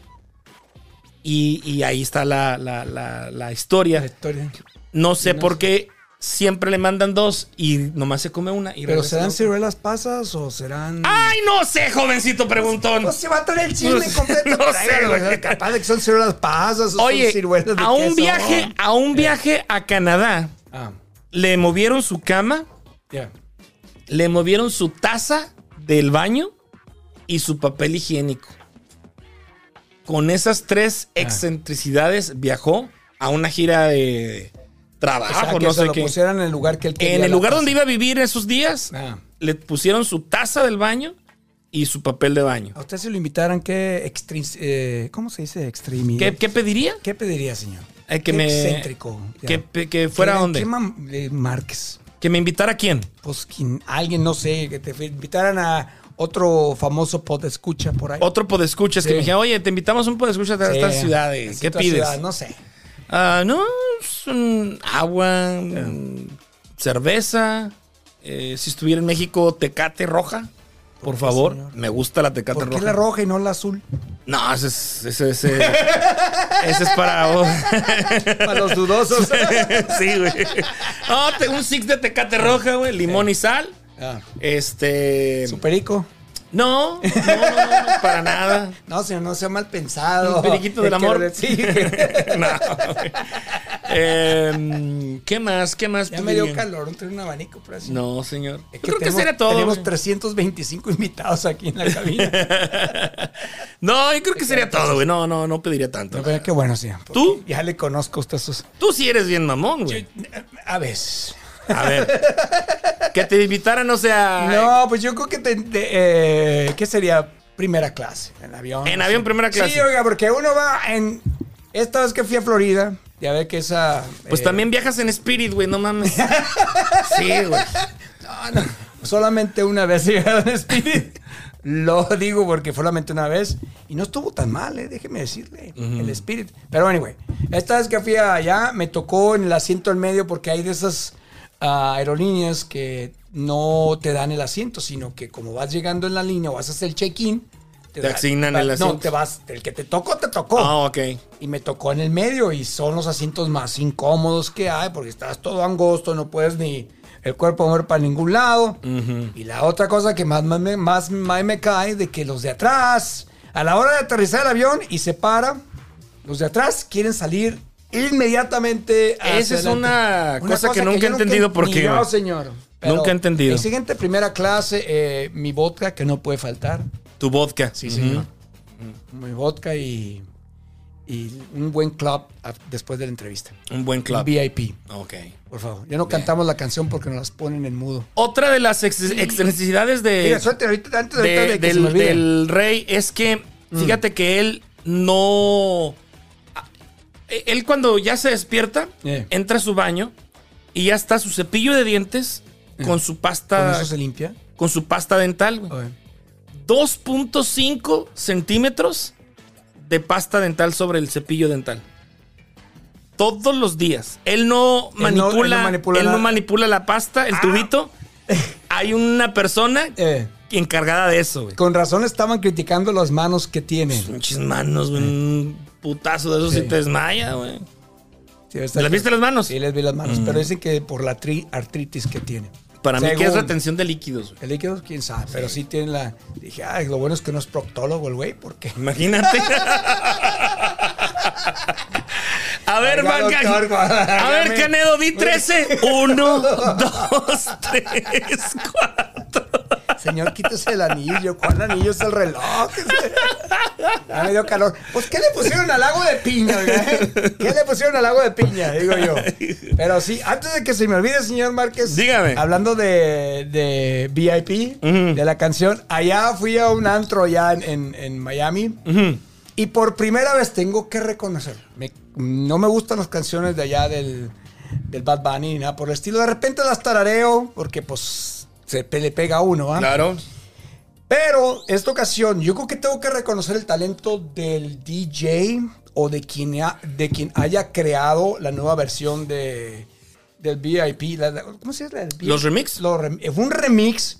Speaker 3: Y, y ahí está la, la- la- la
Speaker 4: La
Speaker 3: historia.
Speaker 4: historia.
Speaker 3: No sé por qué siempre le mandan dos y nomás se come una. y
Speaker 4: ¿Pero
Speaker 3: regresa la
Speaker 4: serán
Speaker 3: otra.
Speaker 4: ciruelas pasas o serán.?
Speaker 3: ¡Ay, no sé, jovencito preguntón!
Speaker 4: No se va a traer el chisme
Speaker 3: Ah. No
Speaker 4: completo.
Speaker 3: sé, no
Speaker 4: Tráigalo,
Speaker 3: sé, güey.
Speaker 4: Capaz de que son ciruelas pasas o son
Speaker 3: Oye,
Speaker 4: ciruelas de
Speaker 3: a un
Speaker 4: queso. Eh.
Speaker 3: viaje, a un viaje a Canadá,
Speaker 4: Ah,
Speaker 3: le movieron su cama,
Speaker 4: ya.
Speaker 3: le movieron su taza del baño y su papel higiénico. Con esas
Speaker 4: Ah.
Speaker 3: tres excentricidades viajó a una gira de
Speaker 4: O sea,
Speaker 3: trabajo,
Speaker 4: que
Speaker 3: Ah, pues no
Speaker 4: se
Speaker 3: sé
Speaker 4: lo
Speaker 3: qué.
Speaker 4: pusieran en el lugar que él quería.
Speaker 3: En el
Speaker 4: la
Speaker 3: lugar
Speaker 4: taza.
Speaker 3: donde iba a vivir esos días,
Speaker 4: Ah.
Speaker 3: le pusieron su taza del baño y su papel de baño.
Speaker 4: A usted si lo invitaran, ¿qué extrin- eh, ¿Cómo se dice extremi?
Speaker 3: ¿Qué, qué pediría?
Speaker 4: ¿Qué pediría, señor?
Speaker 3: Eh, que
Speaker 4: Qué
Speaker 3: me-
Speaker 4: Excéntrico. ya.
Speaker 3: Que, pe- que fuera
Speaker 4: ¿Qué-
Speaker 3: donde.
Speaker 4: ¿Qué mam- le marques?
Speaker 3: Que me invitara a quién.
Speaker 4: Pues quien- alguien, no sé, que te invitaran a otro famoso pod escucha por ahí.
Speaker 3: Otro podescuchas que
Speaker 4: Sí.
Speaker 3: me dijera, oye, te invitamos a un podescuchas de
Speaker 4: Sí,
Speaker 3: esta ciudad. eh,
Speaker 4: así
Speaker 3: ¿Qué
Speaker 4: otra
Speaker 3: pides?
Speaker 4: ciudad, no sé.
Speaker 3: Ah, no, es un
Speaker 4: Eh.
Speaker 3: agua, mm, cerveza. eh, si estuviera en México, tecate roja. Por favor,
Speaker 4: señor?
Speaker 3: me gusta la tecate
Speaker 4: ¿Por
Speaker 3: roja.
Speaker 4: qué la roja y no la azul?
Speaker 3: No, ese es, ese, ese, ese es para.
Speaker 4: Para los dudosos.
Speaker 3: sí, güey. No, te- un six de tecate roja, güey. Limón y sal.
Speaker 4: Ah,
Speaker 3: Este.
Speaker 4: Su perico.
Speaker 3: No, no, no, no, para nada.
Speaker 4: No, señor, no sea mal pensado.
Speaker 3: Un periquito del
Speaker 4: Te quiero
Speaker 3: amor.
Speaker 4: decir.
Speaker 3: No, güey. Em, ¿Qué más? ¿Qué más?
Speaker 4: ya
Speaker 3: tú,
Speaker 4: me dio
Speaker 3: Lilian?
Speaker 4: calor, no tengo un abanico, pero así.
Speaker 3: No, señor.
Speaker 4: Es
Speaker 3: Yo creo que
Speaker 4: tenemos-
Speaker 3: será todo. ¿eh?
Speaker 4: Tenemos
Speaker 3: güey.
Speaker 4: 325 invitados aquí en la cabina.
Speaker 3: No, yo creo que sería todo, güey. No, no, no pediría tanto.
Speaker 4: No, pero qué bueno, señor. porque
Speaker 3: ¿Tú?
Speaker 4: Ya le conozco a usted sus.
Speaker 3: Tú sí eres bien mamón, güey.
Speaker 4: eh, A veces.
Speaker 3: A ver. Que te invitaran, o sea,
Speaker 4: No, pues yo creo que te, te- eh, ¿qué sería primera clase? En avión.
Speaker 3: en avión primera clase.
Speaker 4: Sí, oiga, porque uno va en esta vez que fui a Florida, ya ve que esa
Speaker 3: Pues
Speaker 4: eh,
Speaker 3: también viajas en Spirit, güey, no mames. Sí, güey.
Speaker 4: solamente una vez he llegado en Spirit. Lo digo porque fue solamente una vez y no estuvo tan mal, eh, déjeme decirle, el Spirit. Pero anyway, esta vez que fui allá me tocó en el asiento al medio porque hay de esas ah, aerolíneas que no te dan el asiento, sino que como vas llegando en la línea o haces el check-in,
Speaker 3: Te asignan el asiento.
Speaker 4: No, te vas, el que te tocó, te tocó.
Speaker 3: Ah, ok.
Speaker 4: Y me tocó en el medio y son los asientos más incómodos que hay porque estás todo angosto, no puedes ni el cuerpo mover para ningún lado. Y la otra cosa que más, más, me- más, más me cae de que los de atrás, a la hora de aterrizar el avión y se para, los de atrás quieren salir inmediatamente. hacia
Speaker 3: Esa es
Speaker 4: adelante.
Speaker 3: una cosa que nunca
Speaker 4: yo
Speaker 3: he entendido por
Speaker 4: ni
Speaker 3: qué,
Speaker 4: yo,
Speaker 3: güey.
Speaker 4: señor.
Speaker 3: Nunca he entendido.
Speaker 4: El siguiente, primera clase, eh, mi vodka que no puede faltar.
Speaker 3: Tu vodka.
Speaker 4: Sí,
Speaker 3: Ujú.
Speaker 4: señor. Mi vodka y, y un buen club a- después de la entrevista.
Speaker 3: Un buen
Speaker 4: Un
Speaker 3: club.
Speaker 4: VIP,
Speaker 3: Ok.
Speaker 4: por favor. Ya no cantamos la canción porque nos las ponen en mudo.
Speaker 3: Otra de las ex- excentricidades de.
Speaker 4: Mira, suerte ahorita, antes
Speaker 3: Eh, de-
Speaker 4: ahorita de que se me
Speaker 3: del,
Speaker 4: olvide. Mm.
Speaker 3: del rey es que, fíjate que él no... a- Él cuando ya se despierta,
Speaker 4: Eh.
Speaker 3: entra a su baño y ya está su cepillo de dientes con su
Speaker 4: Eh. ¿Con
Speaker 3: pasta...
Speaker 4: eso se limpia?
Speaker 3: Con su pasta dental, güey. 2.5 centímetros de pasta dental sobre el cepillo dental. Todos los días. Él no
Speaker 4: Él no-
Speaker 3: manipula, él no manipula,
Speaker 4: la- Ah.
Speaker 3: la pasta, el tubito. Hay una persona
Speaker 4: Eh,
Speaker 3: encargada de eso, güey.
Speaker 4: con razón estaban criticando las manos que tiene.
Speaker 3: Pinches manos, güey. Un putazo de esos
Speaker 4: Sí.
Speaker 3: y te desmaya, güey.
Speaker 4: Sí, está
Speaker 3: ¿Las
Speaker 4: bien.
Speaker 3: viste las manos? Mm.
Speaker 4: Sí, les vi las manos, pero dicen que por la tri- artritis que tiene.
Speaker 3: Para mí que es
Speaker 4: Según.
Speaker 3: retención de líquidos, güey.
Speaker 4: El líquido, quién sabe, pero sí tiene la... Dije, ay, lo bueno es que no es proctólogo el güey, porque...
Speaker 3: Imagínate. A ver,
Speaker 4: Oiga,
Speaker 3: Van Gaal.
Speaker 4: doctor,
Speaker 3: A ver,
Speaker 4: hágame.
Speaker 3: Canedo, di 13. 1, 2, 3, 4.
Speaker 4: Señor, quítese el anillo. ¿Cuál anillo es el reloj? Ya me dio calor. Pues, ¿qué le pusieron al agua de piña? oiga? ¿Qué le pusieron al agua de piña? Digo yo. Pero sí, antes de que se me olvide, señor Márquez.
Speaker 3: Dígame.
Speaker 4: Hablando de, de VIP,
Speaker 3: Ujú.
Speaker 4: de la canción. Allá fui a un antro ya en, en- en Miami. Y por primera vez tengo que reconocer, me- no me gustan las canciones de allá del, del Bad Bunny ni nada por el estilo. De repente las tarareo porque pues se pe- le pega a uno, ¿ah?
Speaker 3: Claro.
Speaker 4: Pero esta ocasión yo creo que tengo que reconocer el talento del DJ o de quien, ha- de quien haya creado la nueva versión de, del VIP. la- la- ¿Cómo se llama? El
Speaker 3: ¿Los remix?
Speaker 4: Los rem- eh, fue un remix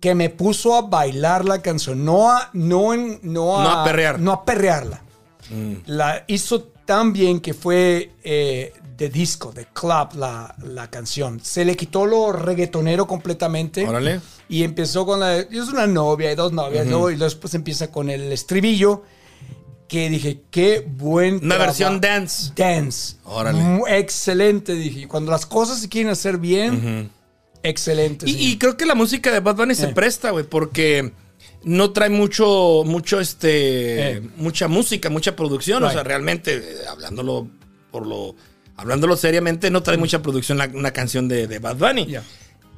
Speaker 4: que me puso a bailar la canción, no a, no en- no a,
Speaker 3: No a perrear. Mm.
Speaker 4: No a perrearla. La hizo tan bien que fue eh, de disco, de club la, la canción. Se le quitó lo reggaetonero completamente.
Speaker 3: Órale.
Speaker 4: Y empezó con la. de, Es una novia, hay dos novias, ¿no? Y después empieza con el estribillo. Que dije, qué buen.
Speaker 3: Una
Speaker 4: traba-
Speaker 3: versión dance.
Speaker 4: Dance.
Speaker 3: Órale.
Speaker 4: Mu- Excelente, dije. Y Cuando las cosas se quieren hacer bien, excelente.
Speaker 3: Y,
Speaker 4: señor.
Speaker 3: y creo que la música de Bad Bunny se
Speaker 4: Este, Eh.
Speaker 3: presta, güey, porque no trae mucho, mucho, este,
Speaker 4: Eh.
Speaker 3: mucha música, mucha producción. O
Speaker 4: Right.
Speaker 3: sea, realmente, eh, hablándolo por lo, hablándolo seriamente, no
Speaker 4: Mm.
Speaker 3: trae mucha producción la- una canción de, de Bad Bunny.
Speaker 4: Ya.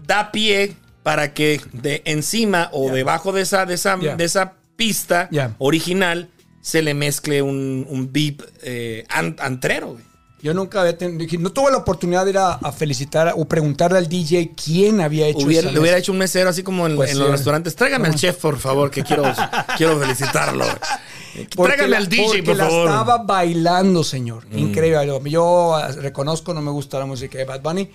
Speaker 3: Da pie para que de encima o debajo de esa, de esa,
Speaker 4: Ya.
Speaker 3: de esa pista
Speaker 4: Ya.
Speaker 3: original se le mezcle un, un beep eh, an- antrero, güey.
Speaker 4: Yo nunca había tenido. dije, No tuve la oportunidad de ir a, a felicitar o preguntarle al DJ quién había hecho
Speaker 3: Hubiera-
Speaker 4: esa
Speaker 3: le hubiera
Speaker 4: mezcla.
Speaker 3: hecho un mesero así como en,
Speaker 4: Pues
Speaker 3: en
Speaker 4: sí,
Speaker 3: los
Speaker 4: eh.
Speaker 3: restaurantes. Tráigame al chef, por favor, que quiero, quiero felicitarlo.
Speaker 4: Porque
Speaker 3: Tráigame
Speaker 4: la-
Speaker 3: al DJ,
Speaker 4: porque
Speaker 3: por
Speaker 4: la
Speaker 3: favor. Mm.
Speaker 4: estaba bailando, señor. Increíble. Yo eh, reconozco, no me gusta la música de Bad Bunny,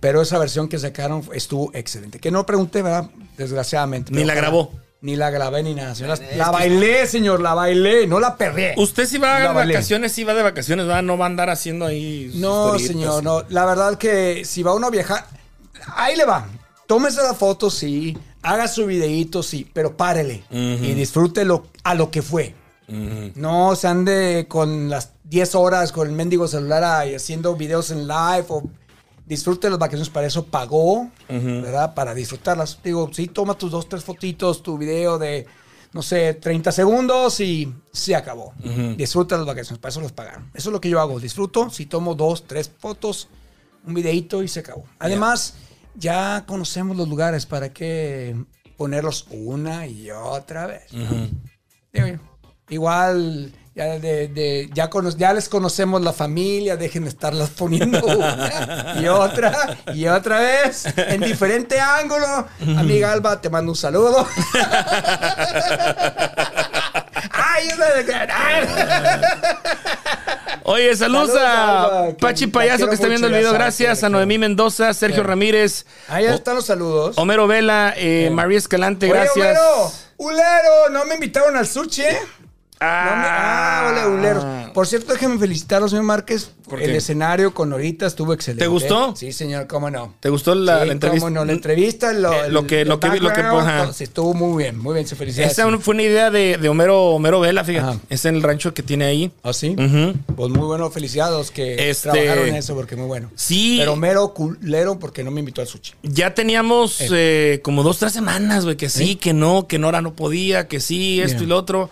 Speaker 4: pero esa versión que sacaron estuvo excelente. Que no pregunté, ¿verdad? Desgraciadamente.
Speaker 3: Ni
Speaker 4: pero
Speaker 3: la
Speaker 4: ojalá.
Speaker 3: grabó.
Speaker 4: Ni la grabé ni nada. señor. La, la bailé, señor, la bailé, no la perré.
Speaker 3: Usted si va
Speaker 4: La
Speaker 3: a
Speaker 4: bailé.
Speaker 3: vacaciones, si va de vacaciones, ¿verdad? No va a andar haciendo ahí. sus
Speaker 4: No,
Speaker 3: historietas.
Speaker 4: señor, no. La verdad que si va uno a viajar, ahí le va. Tómese la foto, sí. haga su videíto, sí, pero párele y disfrútelo a lo que fue. No se ande con las 10 horas con el mendigo celular ahí haciendo videos en live o disfrute las vacaciones. Para eso pagó, ¿verdad? Para disfrutarlas. Digo, sí, toma tus dos, tres fotitos, tu video de, no sé, 30 segundos y se acabó. Disfruta las vacaciones. Para eso los pagaron. Eso es lo que yo hago. Disfruto. Si tomo dos, tres fotos, un videito y se acabó. Además, ya conocemos los lugares. ¿Para qué ponerlos una y otra vez? Digo yo, Igual, ya, de, de- ya, cono- ya les conocemos la familia, dejen de estarlas poniendo una y otra y otra vez en diferente ángulo. Amiga Alba, te mando un saludo. Ay, una de- ay.
Speaker 3: Oye, saludos,
Speaker 4: Saludos,
Speaker 3: a
Speaker 4: Alba, que
Speaker 3: Pachi
Speaker 4: la
Speaker 3: Payaso
Speaker 4: quiero
Speaker 3: que está viendo el
Speaker 4: mucho,
Speaker 3: video.
Speaker 4: ya sabes,
Speaker 3: Gracias
Speaker 4: que
Speaker 3: a
Speaker 4: la
Speaker 3: Noemí Mendoza, Sergio Ramírez,
Speaker 4: Ahí
Speaker 3: O-
Speaker 4: están los saludos.
Speaker 3: Homero Vela, eh, María Escalante.
Speaker 4: Oye,
Speaker 3: Gracias.
Speaker 4: Ulero, Ulero, no me invitaron al sushi, ¿eh? No me-
Speaker 3: Ah.
Speaker 4: ah, hola, Uleros. Por cierto, déjenme felicitarlos, señor Márquez.
Speaker 3: ¿Por
Speaker 4: El
Speaker 3: qué?
Speaker 4: escenario con Norita estuvo excelente.
Speaker 3: ¿Te gustó?
Speaker 4: Sí, señor, cómo no.
Speaker 3: ¿Te gustó la,
Speaker 4: Sí,
Speaker 3: la entrevista?
Speaker 4: cómo no, la entrevista, lo,
Speaker 3: Eh, lo que-
Speaker 4: el
Speaker 3: lo que vi- lo que-
Speaker 4: background,
Speaker 3: ajá.
Speaker 4: todo, sí, estuvo muy bien, muy bien, se felicita.
Speaker 3: Esa un- fue una idea de, de Homero, Homero Vela, fíjate.
Speaker 4: Ajá.
Speaker 3: Es en el rancho que tiene ahí.
Speaker 4: ¿Ah, sí?
Speaker 3: Ujú.
Speaker 4: Pues muy bueno, felicidades los que
Speaker 3: Este-
Speaker 4: trabajaron en eso, porque muy bueno.
Speaker 3: Sí.
Speaker 4: Pero mero culero porque no me invitó al sushi.
Speaker 3: Ya teníamos eh, como dos, tres semanas, güey, que sí, que no, que Nora no podía, que sí, esto
Speaker 4: Bien.
Speaker 3: y lo otro.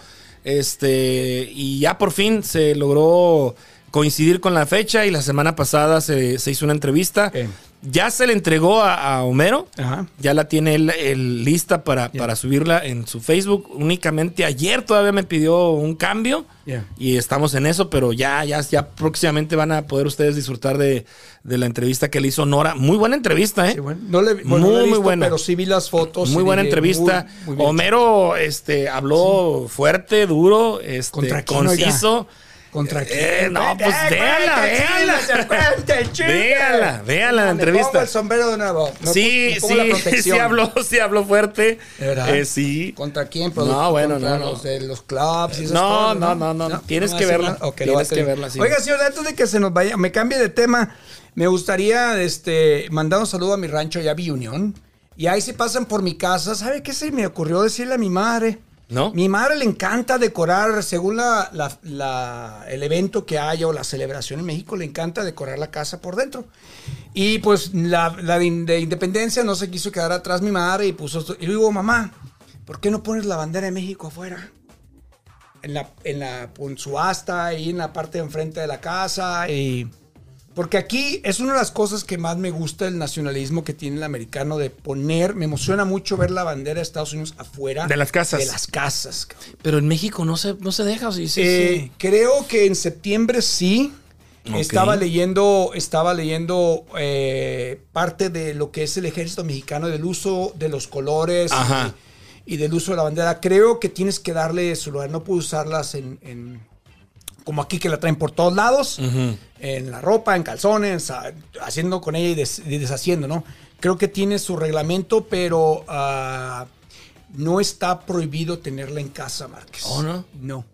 Speaker 3: Este, y ya por fin se logró coincidir con la fecha y la semana pasada se, se hizo una entrevista.
Speaker 4: Bien.
Speaker 3: Ya se le entregó a, a Homero,
Speaker 4: Ajá.
Speaker 3: ya la tiene él él lista para, para subirla en su Facebook. Únicamente ayer todavía me pidió un cambio
Speaker 4: Bien.
Speaker 3: y estamos en eso, pero ya, ya, ya próximamente van a poder ustedes disfrutar de, de la entrevista que le hizo Nora. Muy buena entrevista, ¿eh?
Speaker 4: Sí, bueno. No le, bueno,
Speaker 3: Muy,
Speaker 4: no la he
Speaker 3: muy
Speaker 4: visto,
Speaker 3: buena.
Speaker 4: Pero sí vi las fotos.
Speaker 3: Muy
Speaker 4: y
Speaker 3: buena
Speaker 4: dije,
Speaker 3: entrevista.
Speaker 4: muy- muy bien.
Speaker 3: Homero este, habló fuerte, duro, este,
Speaker 4: ¿Contra quién,
Speaker 3: conciso.
Speaker 4: ¿Contra quién?
Speaker 3: Eh, no, pues véala, véala. Véala, véala la
Speaker 4: Me pongo
Speaker 3: entrevista.
Speaker 4: el sombrero de nuevo. Me
Speaker 3: sí,
Speaker 4: pongo- me pongo la
Speaker 3: sí, sí
Speaker 4: protección.
Speaker 3: habló, sí habló fuerte.
Speaker 4: ¿De verdad?
Speaker 3: Eh, sí.
Speaker 4: ¿Contra quién? Producto?
Speaker 3: No, bueno, no,
Speaker 4: ¿Contra
Speaker 3: no.
Speaker 4: Los de los clubs y esas
Speaker 3: No,
Speaker 4: cosas,
Speaker 3: no, no, no, tienes que
Speaker 4: hace
Speaker 3: verla,
Speaker 4: nada. Ok, lo
Speaker 3: tienes
Speaker 4: voy a tener.
Speaker 3: que verla, sí.
Speaker 4: Oiga, señor, antes de que se nos vaya, me cambie de tema. Me gustaría este, mandar un saludo a mi rancho allá vi Unión. Y ahí se pasan por mi casa. ¿Sabe qué se me ocurrió decirle a mi madre?
Speaker 3: ¿No?
Speaker 4: Mi madre le encanta decorar, según la, la- la- el evento que haya o la celebración en México, le encanta decorar la casa por dentro. Y pues la, la de, de independencia no se quiso quedar atrás mi madre y puso esto. Y yo digo, mamá, ¿por qué no pones la bandera de México afuera? En la, en la con su asta y en la parte de enfrente de la casa. Y, porque aquí es una de las cosas que más me gusta el nacionalismo que tiene el americano de poner. Me emociona mucho ver la bandera de Estados Unidos afuera.
Speaker 3: De las casas.
Speaker 4: De las casas. cabrón.
Speaker 3: Pero en México no se, no se deja. o Sí, sí,
Speaker 4: Eh,
Speaker 3: sí.
Speaker 4: Creo que en septiembre sí.
Speaker 3: Ok.
Speaker 4: Estaba leyendo, estaba leyendo eh, parte de lo que es el ejército mexicano, del uso de los colores
Speaker 3: Ajá.
Speaker 4: y, y del uso de la bandera. Creo que tienes que darle su lugar. No puedo usarlas en, en- como aquí que la traen por todos lados, en la ropa, en calzones, a- haciendo con ella y, des- y deshaciendo, ¿no? Creo que tiene su reglamento, pero ah, no está prohibido tenerla en casa, Márquez.
Speaker 3: ¿Oh, no?
Speaker 4: No,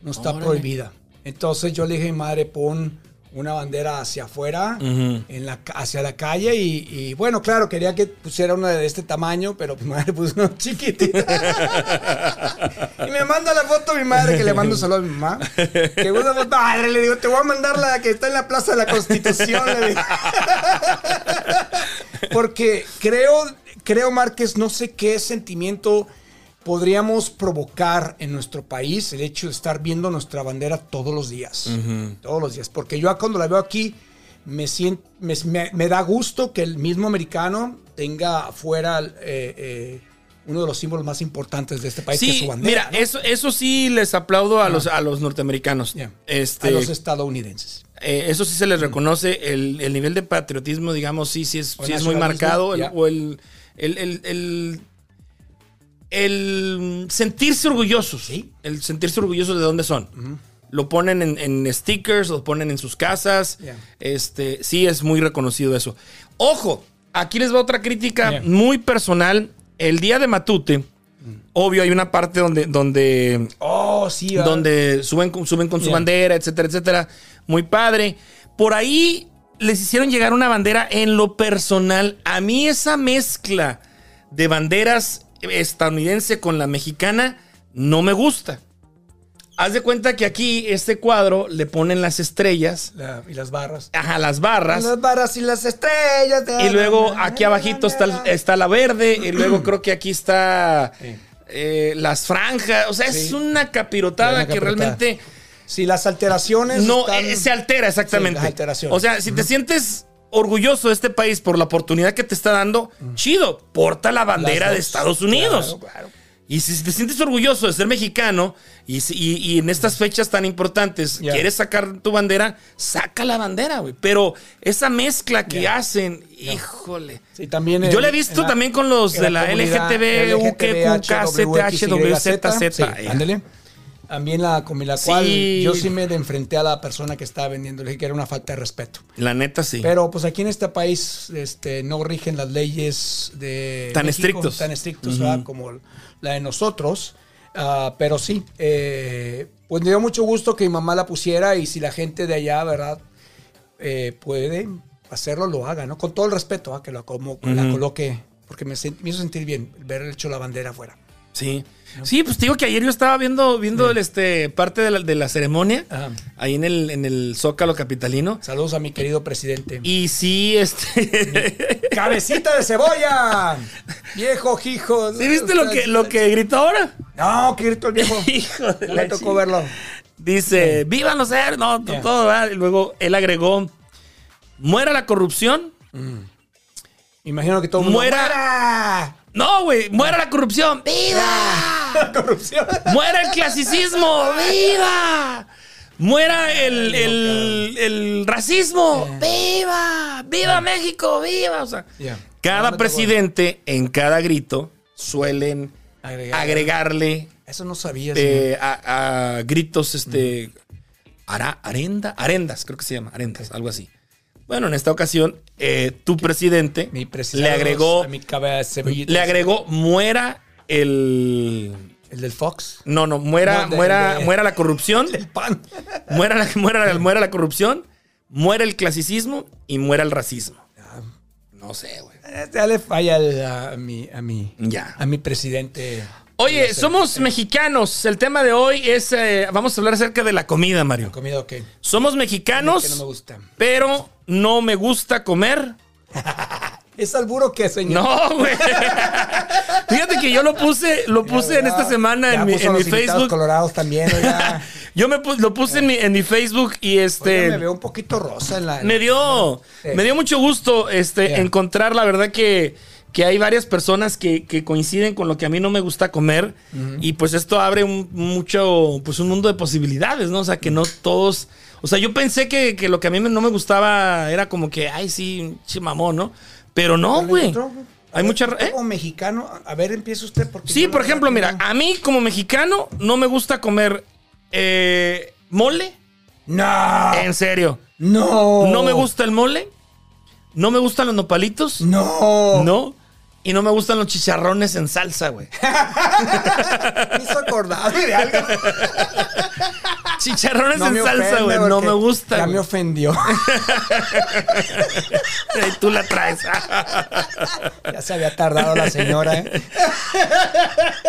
Speaker 4: no está
Speaker 3: Órale.
Speaker 4: prohibida. Entonces yo le dije, madre, pon una bandera hacia afuera,
Speaker 3: Ujú.
Speaker 4: en la, ca- hacia la calle y, y, bueno, claro, quería que pusiera una de este tamaño, pero mi madre pues, puso una chiquitita. y me manda la foto mi madre, que le mando un saludo a mi mamá. Que una foto, madre, le digo, te voy a mandar la que está en la Plaza de la Constitución. le digo. Porque creo, creo, Márquez, no sé qué sentimiento podríamos provocar en nuestro país el hecho de estar viendo nuestra bandera todos los días. Todos los días. Porque yo cuando la veo aquí, me, siento, me, me- me da gusto que el mismo americano tenga afuera eh, eh, uno de los símbolos más importantes de este país, que es
Speaker 3: Sí,
Speaker 4: su bandera.
Speaker 3: mira,
Speaker 4: ¿no?
Speaker 3: eso, eso sí les aplaudo a, los, a los norteamericanos.
Speaker 4: Yeah.
Speaker 3: Este,
Speaker 4: A los estadounidenses.
Speaker 3: Eh, eso sí se les reconoce, el, el nivel de patriotismo, digamos, sí, sí es,
Speaker 4: O
Speaker 3: sí es muy
Speaker 4: nacionalismo,
Speaker 3: marcado. el-
Speaker 4: ya.
Speaker 3: o el, el, el- el- el sentirse orgullosos.
Speaker 4: Sí.
Speaker 3: El sentirse orgullosos de dónde son. Lo ponen en, en stickers, lo ponen en sus casas.
Speaker 4: Ya.
Speaker 3: Este, sí es muy reconocido eso. Ojo, aquí les va otra crítica
Speaker 4: Ya. Mm.
Speaker 3: muy personal. El día de Matute, obvio, hay una parte donde, donde
Speaker 4: Oh, sí. ¿verdad?
Speaker 3: donde suben, con- suben con su
Speaker 4: Bien.
Speaker 3: bandera, etcétera, etcétera. Muy padre. Por ahí les hicieron llegar una bandera en lo personal. A mí esa mezcla de banderas estadounidense con la mexicana no me gusta. Haz de cuenta que aquí este cuadro le ponen las estrellas,
Speaker 4: La- y las barras.
Speaker 3: ajá, las barras.
Speaker 4: Las barras y las estrellas.
Speaker 3: Y luego aquí abajito está, el- está la verde. Y luego creo que aquí está
Speaker 4: Sí.
Speaker 3: eh, las franjas. O sea, es
Speaker 4: Sí.
Speaker 3: una capirotada
Speaker 4: Una
Speaker 3: que
Speaker 4: capirotada.
Speaker 3: realmente
Speaker 4: Sí, las alteraciones.
Speaker 3: no
Speaker 4: están-
Speaker 3: eh, se altera exactamente.
Speaker 4: Sí, las alteraciones.
Speaker 3: o sea, si te sientes orgulloso de este país por la oportunidad que te está dando, chido, porta la
Speaker 4: las
Speaker 3: bandera de
Speaker 4: dos.
Speaker 3: Estados Unidos.
Speaker 4: Claro, claro.
Speaker 3: Y si te sientes orgulloso de ser mexicano y, si- y- y en estas fechas tan importantes
Speaker 4: Ya.
Speaker 3: quieres sacar tu bandera, saca la bandera, güey. Pero esa mezcla que hacen, híjole.
Speaker 4: Sí, también
Speaker 3: Yo
Speaker 4: en-
Speaker 3: la he visto
Speaker 4: en
Speaker 3: también con los
Speaker 4: en
Speaker 3: de la
Speaker 4: comunidad
Speaker 3: LGTB, UQQKZHWZZ.
Speaker 4: Sí,
Speaker 3: Ay,
Speaker 4: ándele. También la con la cual
Speaker 3: eh. Sí.
Speaker 4: yo sí me enfrenté a la persona que estaba vendiendo, le dije que era una falta de respeto.
Speaker 3: La neta sí.
Speaker 4: Pero pues aquí en este país este, no rigen las leyes de
Speaker 3: Tan estrictos.
Speaker 4: tan estrictos ¿verdad? como la de nosotros. Ah, pero sí, eh, pues me dio mucho gusto que mi mamá la pusiera y si la gente de allá, ¿verdad? eh, puede hacerlo, lo haga, ¿no? Con todo el respeto, ¿ah? que la, como, la coloque, porque me, sen- me hizo sentir bien ver el hecho la bandera afuera.
Speaker 3: sí. Sí, pues te digo que ayer yo estaba viendo, viendo el, este, parte de la, de la ceremonia
Speaker 4: Ajá.
Speaker 3: ahí en el, en el Zócalo Capitalino.
Speaker 4: Saludos a mi querido presidente.
Speaker 3: Y sí, este.
Speaker 4: ¡Cabecita de cebolla! ¡Viejo hijo!
Speaker 3: ¿Sí viste lo que, lo que gritó ahora?
Speaker 4: No, que grito el viejo.
Speaker 3: Hijo de la
Speaker 4: Me tocó
Speaker 3: chi-
Speaker 4: verlo.
Speaker 3: Dice, vivan los héroes, no, to-
Speaker 4: Yeah.
Speaker 3: todo, ¿verdad? Y luego él agregó, muera la corrupción.
Speaker 4: Imagino que todo el mundo.
Speaker 3: Muera. No, güey, muera la corrupción, viva.
Speaker 4: ¡Muera! Corrupción.
Speaker 3: Muera el clasicismo, viva. Muera el, el- el racismo, viva. Viva México, viva. O sea,
Speaker 4: Yeah. No, me
Speaker 3: cada
Speaker 4: tocó.
Speaker 3: presidente en cada grito suelen
Speaker 4: Agregar.
Speaker 3: agregarle
Speaker 4: Eso no sabía. señor.
Speaker 3: eh, a, a gritos, este. Ara, arenda, arendas, creo que se llama, arendas, algo así. Bueno, en esta ocasión, eh, tu presidente
Speaker 4: Mi presidente.
Speaker 3: le agregó,
Speaker 4: a Mi cabeza de cebollita.
Speaker 3: le agregó, muera el.
Speaker 4: El del Fox.
Speaker 3: No, no, muera,
Speaker 4: No, de-
Speaker 3: muera,
Speaker 4: de-
Speaker 3: muera la corrupción,
Speaker 4: El pan.
Speaker 3: muera la, muera, la- muera la corrupción, muera el clasicismo y muera el racismo.
Speaker 4: Ah.
Speaker 3: No sé, güey.
Speaker 4: Ya le falla al- a, mi, a, mi,
Speaker 3: Ya.
Speaker 4: a mi presidente.
Speaker 3: Oye,
Speaker 4: Eh.
Speaker 3: somos mexicanos. El tema de hoy es, eh, vamos a hablar acerca de la comida, Mario.
Speaker 4: Comida, ok. Que
Speaker 3: Somos
Speaker 4: no
Speaker 3: mexicanos.
Speaker 4: me gusta.
Speaker 3: pero no me gusta comer.
Speaker 4: ¿Es alburo que señor?
Speaker 3: No, güey. Fíjate que yo lo puse, lo puse en esta semana en mi, en mi Facebook.
Speaker 4: colorados también, oiga.
Speaker 3: Yo me pu- lo puse en mi, en mi Facebook y
Speaker 4: Oiga, me
Speaker 3: este
Speaker 4: veo un poquito rosa en la.
Speaker 3: me dio
Speaker 4: Eh.
Speaker 3: me dio mucho gusto este
Speaker 4: Yeah.
Speaker 3: encontrar la verdad que que hay varias personas que, que coinciden con lo que a mí no me gusta comer y pues esto abre un mucho pues un mundo de posibilidades, ¿no? O sea, que no todos, o sea, yo pensé que, que lo que a mí me- no me gustaba era como que ay, sí, un che mamón, ¿no? Pero no,
Speaker 4: ¿Lo
Speaker 3: Oh, güey.
Speaker 4: encontró? A
Speaker 3: Hay
Speaker 4: ver,
Speaker 3: mucha ra-
Speaker 4: usted
Speaker 3: ¿eh?
Speaker 4: Como mexicano, a ver, empieza usted porque.
Speaker 3: Sí,
Speaker 4: yo la
Speaker 3: por
Speaker 4: verdad
Speaker 3: ejemplo,
Speaker 4: que
Speaker 3: mira, ah,
Speaker 4: no-
Speaker 3: a mí como mexicano no me gusta comer eh, mole.
Speaker 4: Ah.
Speaker 3: En serio.
Speaker 4: No. No.
Speaker 3: No me gusta el mole. No me gustan los nopalitos.
Speaker 4: No.
Speaker 3: No. Y no me gustan los chicharrones en salsa, güey.
Speaker 4: Me hizo acordarme de algo.
Speaker 3: Chicharrones
Speaker 4: No me
Speaker 3: en salsa,
Speaker 4: ofenda,
Speaker 3: güey. No
Speaker 4: porque
Speaker 3: me gusta.
Speaker 4: Ya me
Speaker 3: güey.
Speaker 4: ofendió.
Speaker 3: Ay, Tú la traes.
Speaker 4: ya se había tardado la señora, ¿eh?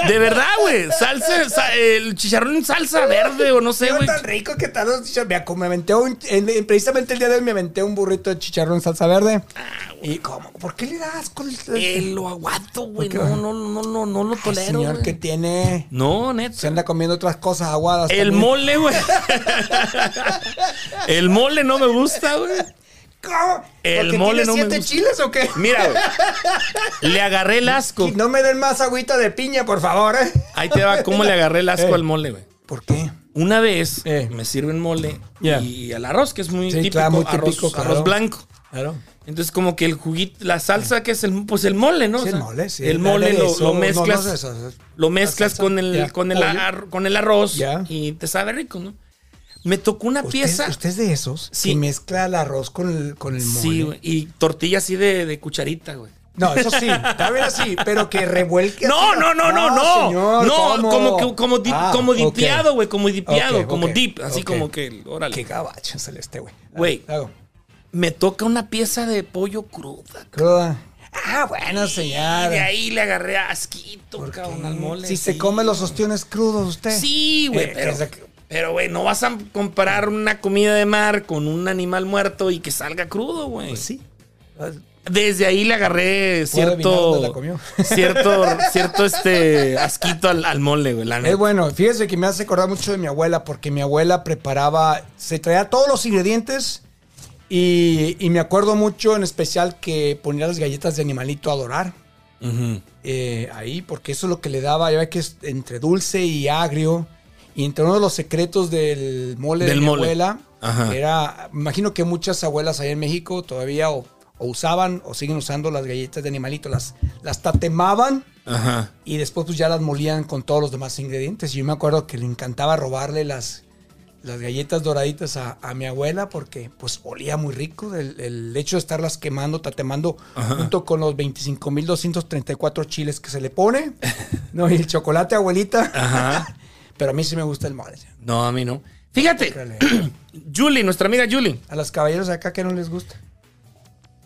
Speaker 3: De verdad, güey. Salsa, sa- el chicharrón en salsa verde o no sé,
Speaker 4: Estaba
Speaker 3: Eh, güey.
Speaker 4: tan rico que tal me, me aventé un, en- precisamente el día de hoy me aventé un burrito de chicharrón en salsa verde.
Speaker 3: Ah,
Speaker 4: ¿Y cómo? ¿Por qué le das con el,
Speaker 3: Eh, lo aguanto, güey.
Speaker 4: ¿Por qué?
Speaker 3: No, no, no, no, no lo
Speaker 4: Ay,
Speaker 3: tolero.
Speaker 4: señor
Speaker 3: güey.
Speaker 4: que tiene?
Speaker 3: No, neta.
Speaker 4: Se anda comiendo otras cosas aguadas.
Speaker 3: El
Speaker 4: también.
Speaker 3: mole, güey. El mole no me gusta, güey.
Speaker 4: ¿Cómo?
Speaker 3: El
Speaker 4: ¿Porque
Speaker 3: mole
Speaker 4: tiene
Speaker 3: no me
Speaker 4: siete
Speaker 3: gusta.
Speaker 4: chiles o qué?
Speaker 3: Mira, güey. Le agarré el asco.
Speaker 4: Y no me den más agüita de piña, por favor, ¿eh?
Speaker 3: Ahí te va cómo le agarré el asco
Speaker 4: Eh.
Speaker 3: al mole, güey.
Speaker 4: ¿Por qué?
Speaker 3: Una vez
Speaker 4: Eh.
Speaker 3: me sirven mole
Speaker 4: Ya.
Speaker 3: y al arroz, que es muy
Speaker 4: Sí,
Speaker 3: típico,
Speaker 4: claro, muy
Speaker 3: arroz,
Speaker 4: típico, claro.
Speaker 3: arroz blanco.
Speaker 4: Claro.
Speaker 3: Entonces, como que el juguito, la salsa que es el, pues el mole, ¿no?
Speaker 4: Sí,
Speaker 3: O sea,
Speaker 4: el mole, sí.
Speaker 3: El mole
Speaker 4: Dale
Speaker 3: lo,
Speaker 4: eso.
Speaker 3: lo
Speaker 4: No, no,
Speaker 3: mezclas.
Speaker 4: no, eso, eso.
Speaker 3: Lo mezclas
Speaker 4: salsa,
Speaker 3: con el,
Speaker 4: ya.
Speaker 3: con el,
Speaker 4: Pollo.
Speaker 3: ar- con el arroz
Speaker 4: Ya.
Speaker 3: y te sabe rico, ¿no? Me tocó una
Speaker 4: Usted,
Speaker 3: pieza.
Speaker 4: usted es de esos
Speaker 3: Sí.
Speaker 4: que mezcla el arroz con el, con el mole.
Speaker 3: sí, güey. Y tortilla así de, de cucharita, güey.
Speaker 4: No, eso sí, tal vez así, pero que revuelque.
Speaker 3: No,
Speaker 4: así.
Speaker 3: no, no, no, no.
Speaker 4: señor,
Speaker 3: no,
Speaker 4: ¿cómo?
Speaker 3: como que- como di-
Speaker 4: Ah,
Speaker 3: como
Speaker 4: ok.
Speaker 3: dipeado, güey, como dipeado,
Speaker 4: Ok,
Speaker 3: como
Speaker 4: ok,
Speaker 3: dip, así
Speaker 4: ok.
Speaker 3: como que, órale.
Speaker 4: Qué gabacho sale este, güey.
Speaker 3: Güey.
Speaker 4: Hago.
Speaker 3: Me toca una pieza de pollo cruda.
Speaker 4: Cruda. Ah, bueno,
Speaker 3: Y de
Speaker 4: señora.
Speaker 3: ahí le agarré asquito, cabrón, al mole.
Speaker 4: Si se
Speaker 3: sí.
Speaker 4: come los ostiones crudos usted.
Speaker 3: Sí,
Speaker 4: Eh,
Speaker 3: güey, pero.
Speaker 4: esa que-
Speaker 3: Pero, güey, no vas a comparar una comida de mar con un animal muerto y que salga crudo, güey.
Speaker 4: Pues Sí.
Speaker 3: Desde ahí le agarré
Speaker 4: adivinar dónde
Speaker 3: cierto.
Speaker 4: la comió.
Speaker 3: Cierto, cierto este asquito al, al mole, güey, la
Speaker 4: Es
Speaker 3: neta.
Speaker 4: Eh, bueno, fíjese que me hace acordar mucho de mi abuela, porque mi abuela preparaba, se traía todos los ingredientes y, y me acuerdo mucho en especial que ponía las galletas de animalito a dorar
Speaker 3: Ujú.
Speaker 4: eh, ahí, porque eso es lo que le daba, ya ve que es entre dulce y agrio. Y entre uno de los secretos del mole
Speaker 3: Del
Speaker 4: de mi
Speaker 3: mole.
Speaker 4: abuela,
Speaker 3: Ajá.
Speaker 4: era, me imagino que muchas abuelas allá en México todavía o, o usaban o siguen usando las galletas de animalito, las, las tatemaban
Speaker 3: Ajá.
Speaker 4: y después pues ya las molían con todos los demás ingredientes. Y yo me acuerdo que le encantaba robarle las, las galletas doraditas a, a mi abuela porque pues olía muy rico el, el hecho de estarlas quemando, tatemando junto con los 25.234 chiles que se le pone. no, y el chocolate, abuelita.
Speaker 3: Ajá.
Speaker 4: Pero a mí sí me gusta el mole.
Speaker 3: No, a mí no. Fíjate,
Speaker 4: Órale.
Speaker 3: Julie, nuestra amiga Julie.
Speaker 4: A los caballeros de acá que no les gusta.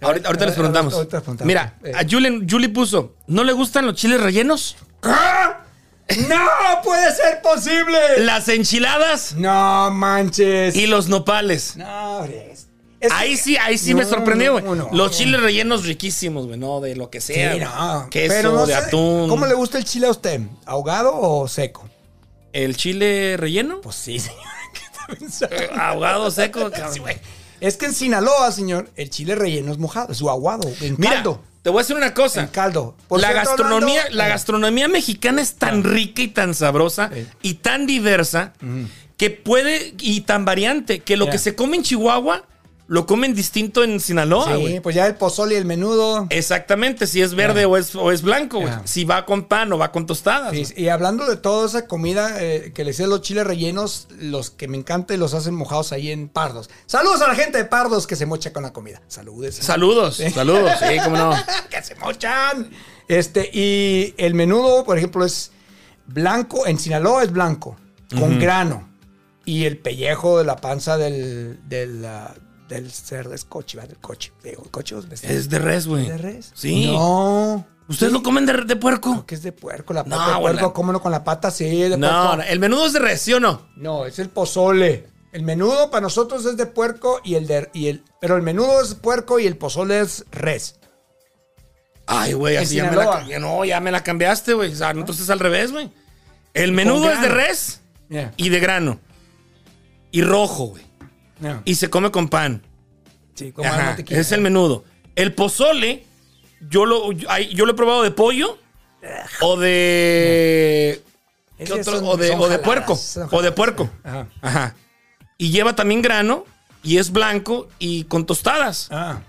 Speaker 3: Ahorita, ahorita les preguntamos.
Speaker 4: Ahorita les preguntamos.
Speaker 3: Mira,
Speaker 4: Eh.
Speaker 3: a Julie, Julie puso, ¿no le gustan los chiles rellenos?
Speaker 4: ¡No puede ser posible!
Speaker 3: Las enchiladas
Speaker 4: No manches.
Speaker 3: y los nopales.
Speaker 4: No, bregues. Es que-
Speaker 3: ahí sí, ahí sí me
Speaker 4: No,
Speaker 3: sorprendió, güey.
Speaker 4: no, no.
Speaker 3: Los chiles rellenos riquísimos, güey, no, de lo que sea.
Speaker 4: Sí,
Speaker 3: güey.
Speaker 4: no.
Speaker 3: Queso,
Speaker 4: Pero no
Speaker 3: de
Speaker 4: sé,
Speaker 3: atún.
Speaker 4: ¿Cómo le gusta el chile a usted? ¿Ahogado o seco?
Speaker 3: ¿El chile relleno?
Speaker 4: Pues sí, señor. ¿Qué está pensando?
Speaker 3: Ahogado, seco, cabrón.
Speaker 4: Sí, güey. es que en Sinaloa, señor, el chile relleno es mojado, es aguado, en
Speaker 3: Mira,
Speaker 4: caldo.
Speaker 3: te voy a decir una cosa.
Speaker 4: En caldo. Por
Speaker 3: La
Speaker 4: cierto,
Speaker 3: gastronomía,
Speaker 4: hablando-
Speaker 3: la
Speaker 4: Eh, Ah.
Speaker 3: gastronomía mexicana es tan rica y tan sabrosa
Speaker 4: Sí. Mm.
Speaker 3: y tan diversa que puede y tan variante que lo
Speaker 4: Ya.
Speaker 3: que se come en Chihuahua lo comen distinto en Sinaloa,
Speaker 4: Sí,
Speaker 3: güey.
Speaker 4: pues ya el pozole y el menudo.
Speaker 3: Exactamente, si es verde o, es, o es blanco, güey.
Speaker 4: Ya.
Speaker 3: Si va con pan o va con tostadas.
Speaker 4: Sí,
Speaker 3: güey.
Speaker 4: y hablando de toda esa comida eh, que le hacen los chiles rellenos, los que me encanta y los hacen mojados ahí en Pardos. Saludos a la gente de Pardos que se mocha con la comida. Saludes.
Speaker 3: Saludos, saludos, sí, cómo no.
Speaker 4: que se mochan. Este, y el menudo, por ejemplo, es blanco, en Sinaloa es blanco, con grano. Y el pellejo de la panza del, del, ah, del cerdo es coche, ¿verdad? Del coche. Digo, coche dos veces.
Speaker 3: Es de res, güey.
Speaker 4: de res?
Speaker 3: Sí.
Speaker 4: No.
Speaker 3: ¿Ustedes lo comen de, de puerco?
Speaker 4: Que es de puerco, la
Speaker 3: No,
Speaker 4: pata de puerco,
Speaker 3: abuela.
Speaker 4: ¿cómo no? Con la pata, sí, de
Speaker 3: No, eh.
Speaker 4: puerco.
Speaker 3: el menudo es de res, ¿sí o no?
Speaker 4: No, es el pozole. El menudo para nosotros es de puerco y el de... Y el, pero el menudo es puerco y el pozole es res.
Speaker 3: Ay, güey,
Speaker 4: En
Speaker 3: así ya me, la,
Speaker 4: Sinaloa.
Speaker 3: cambié. no, ya me la cambiaste, güey. O sea, entonces es al revés, güey. El menudo
Speaker 4: Con
Speaker 3: es de
Speaker 4: grano.
Speaker 3: res
Speaker 4: Yeah,
Speaker 3: y de grano. Y rojo, güey.
Speaker 4: yeah.
Speaker 3: Y se come con pan.
Speaker 4: Sí, como "Ah,
Speaker 3: Ajá,
Speaker 4: la mantequilla.
Speaker 3: es el menudo. El pozole, yo lo, yo, ay, yo lo he probado de pollo o de... ¿qué
Speaker 4: Es que
Speaker 3: otro?
Speaker 4: son-
Speaker 3: o de,
Speaker 4: son
Speaker 3: o de
Speaker 4: jaladas,
Speaker 3: puerco.
Speaker 4: son
Speaker 3: O de
Speaker 4: jaladas. Ah.
Speaker 3: puerco.
Speaker 4: Ajá.
Speaker 3: Ajá. Y lleva también grano y es blanco y con tostadas.
Speaker 4: Ah,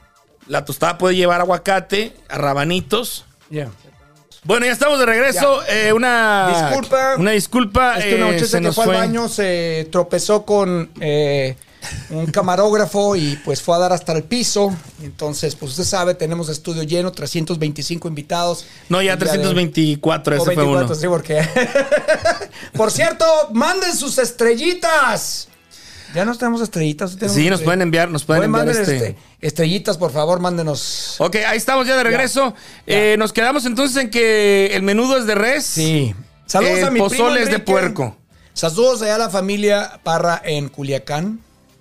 Speaker 3: La tostada puede llevar aguacate, rabanitos.
Speaker 4: ya.
Speaker 3: Bueno, ya estamos de regreso. Eh, una
Speaker 4: Disculpa.
Speaker 3: Una disculpa.
Speaker 4: Es que
Speaker 3: eh,
Speaker 4: una muchacha
Speaker 3: se
Speaker 4: que
Speaker 3: nos
Speaker 4: fue al
Speaker 3: fue.
Speaker 4: baño se tropezó con eh, un camarógrafo y pues fue a dar hasta el piso. Entonces, pues usted sabe, tenemos estudio lleno, 325 invitados.
Speaker 3: No, ya
Speaker 4: El día de hoy.
Speaker 3: 324,
Speaker 4: O
Speaker 3: ese fue
Speaker 4: 24,
Speaker 3: uno.
Speaker 4: sí, porque... Por cierto, manden sus estrellitas. Ya nos tenemos estrellitas. tenemos
Speaker 3: Sí, nos
Speaker 4: estrellitas.
Speaker 3: pueden enviar, nos pueden enviar
Speaker 4: manden,
Speaker 3: este.
Speaker 4: este, Estrellitas, por favor, mándenos.
Speaker 3: Ok, ahí estamos ya de regreso. Eh, nos quedamos entonces en que el menudo es de res.
Speaker 4: Sí. Saludos
Speaker 3: El
Speaker 4: a mi primo
Speaker 3: pozole es de
Speaker 4: Enrique.
Speaker 3: puerco.
Speaker 4: Saludos allá a la familia Parra en Culiacán.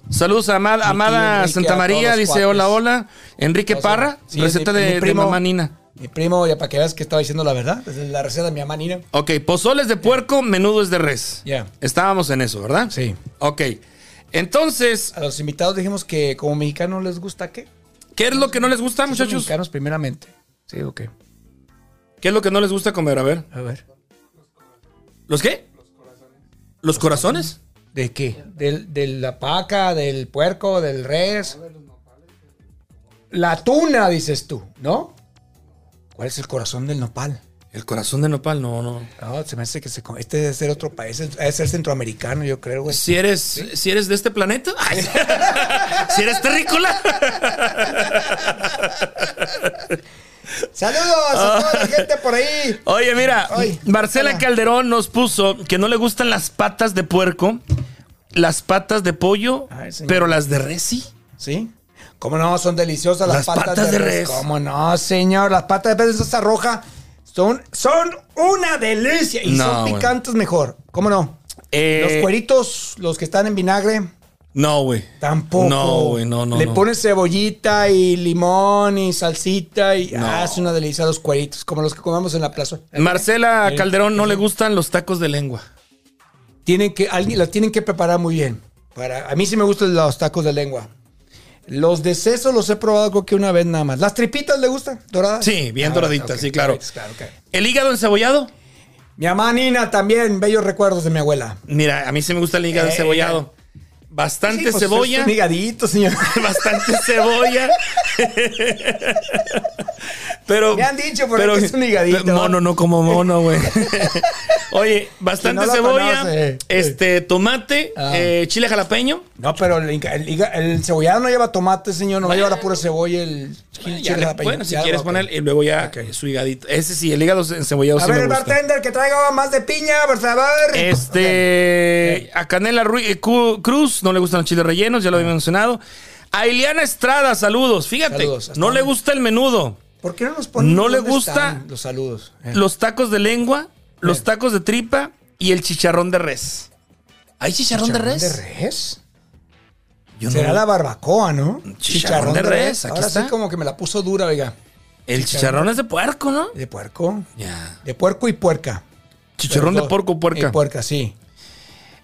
Speaker 3: Saludos a Amad-
Speaker 4: tío
Speaker 3: Amada
Speaker 4: Enrique,
Speaker 3: Santa
Speaker 4: a
Speaker 3: María,
Speaker 4: todos los
Speaker 3: dice
Speaker 4: cuates.
Speaker 3: hola, hola. Enrique
Speaker 4: O sea,
Speaker 3: Parra,
Speaker 4: sí,
Speaker 3: receta
Speaker 4: mi-
Speaker 3: de,
Speaker 4: mi
Speaker 3: de
Speaker 4: primo-
Speaker 3: mamá Nina.
Speaker 4: Mi primo, ya para que veas que estaba diciendo la verdad, es la receta de mi mamá Nina.
Speaker 3: Ok, pozoles de puerco, menudo es de res.
Speaker 4: Ya.
Speaker 3: Estábamos en eso, ¿verdad?
Speaker 4: Sí.
Speaker 3: Ok. Entonces,
Speaker 4: A los invitados dijimos que como mexicanos les gusta qué.
Speaker 3: ¿qué es lo que no les gusta,
Speaker 4: Son
Speaker 3: Ah, muchachos?
Speaker 4: mexicanos primeramente. Sí, ok.
Speaker 3: ¿Qué es lo que no les gusta comer? A ver.
Speaker 4: A ver.
Speaker 3: ¿Los qué? ¿Los corazones?
Speaker 4: ¿De qué? Del, de la paca, del puerco, del res. La tuna, dices tú, ¿no? ¿Cuál es el corazón del nopal?
Speaker 3: El corazón de nopal, no, no.
Speaker 4: No, se me hace que se come. Este debe ser otro país, debe ser centroamericano, yo creo, güey.
Speaker 3: Si eres, si eres de este planeta, Ay. si eres terrícola.
Speaker 4: ¡Saludos a toda la gente por ahí!
Speaker 3: Oye, mira,
Speaker 4: Ay.
Speaker 3: Marcela
Speaker 4: Hola.
Speaker 3: Calderón nos puso que no le gustan las patas de puerco, las patas de pollo,
Speaker 4: Ay, señor.
Speaker 3: pero las de resi.
Speaker 4: ¿Sí? ¿Cómo no? Son deliciosas las, patas, de res. ¿Cómo no, señor? Las patas de res de salsa roja son, son una delicia y
Speaker 3: No,
Speaker 4: son
Speaker 3: bueno.
Speaker 4: picantes mejor. ¿Cómo no?
Speaker 3: Eh,
Speaker 4: los cueritos, los que están en vinagre,
Speaker 3: No, güey.
Speaker 4: tampoco.
Speaker 3: No, güey, no, no.
Speaker 4: Le
Speaker 3: no.
Speaker 4: pones cebollita y limón y salsita y
Speaker 3: No.
Speaker 4: ah, es una delicia los cueritos, como los que comemos en la plaza. Eh,
Speaker 3: Marcela Calderón no le gustan los tacos de lengua.
Speaker 4: tienen que, alguien, la tienen que preparar muy bien. Para, a mí sí me gustan los tacos de lengua. Los de seso los he probado creo que una vez nada más. ¿Las tripitas le gustan? ¿Doradas?
Speaker 3: Sí, bien doraditas,
Speaker 4: Ah, ok,
Speaker 3: sí, claro.
Speaker 4: perfecto, claro, ok.
Speaker 3: ¿El hígado encebollado?
Speaker 4: Mi mamá Nina también, bellos recuerdos de mi abuela.
Speaker 3: Mira, a mí sí me gusta el hígado
Speaker 4: Eh,
Speaker 3: encebollado. Bastante
Speaker 4: Sí, pues,
Speaker 3: cebolla.
Speaker 4: es un higadito, señor.
Speaker 3: bastante cebolla. pero
Speaker 4: Me han dicho por ahí que es un higadito.
Speaker 3: Mono no como mono, güey. Oye, bastante
Speaker 4: Que no lo
Speaker 3: cebolla,
Speaker 4: conoce. eh.
Speaker 3: este tomate,
Speaker 4: Ah.
Speaker 3: eh, chile jalapeño.
Speaker 4: No, pero el, higa- el higa- el cebollado no lleva tomate, señor. No lleva la pura cebolla, el Ah, chile
Speaker 3: Ya le-
Speaker 4: jalapeño.
Speaker 3: bueno, si
Speaker 4: Ya,
Speaker 3: quieres
Speaker 4: ok.
Speaker 3: poner y luego ya su higadito. Ese sí, el hígado encebollado
Speaker 4: A
Speaker 3: sí
Speaker 4: ver,
Speaker 3: me
Speaker 4: el
Speaker 3: gusta.
Speaker 4: bartender, que traiga más de piña, por favor.
Speaker 3: Este, a Canela Ruiz, eh, Cu- Cruz no le gustan los chiles rellenos, ya lo
Speaker 4: Ah.
Speaker 3: había mencionado. A Ileana Estrada, saludos. Fíjate,
Speaker 4: Saludos, hasta
Speaker 3: no le
Speaker 4: luego.
Speaker 3: gusta el menudo.
Speaker 4: ¿Por qué no nos ponen
Speaker 3: No le
Speaker 4: dónde
Speaker 3: gusta
Speaker 4: están los saludos? Eh.
Speaker 3: los tacos de lengua, los tacos de tripa y el chicharrón de res. ¿Hay chicharrón, de res?
Speaker 4: ¿De res?
Speaker 3: Yo no-
Speaker 4: Será la barbacoa, ¿no?
Speaker 3: Chicharrón de res, aquí
Speaker 4: Ahora
Speaker 3: está.
Speaker 4: sí como que me la puso dura, oiga.
Speaker 3: El chicharrón es de puerco, ¿no?
Speaker 4: De puerco.
Speaker 3: Ya.
Speaker 4: De puerco y puerca.
Speaker 3: Chicharrón
Speaker 4: Los
Speaker 3: de
Speaker 4: dos.
Speaker 3: porco, puerca.
Speaker 4: Y puerca, sí.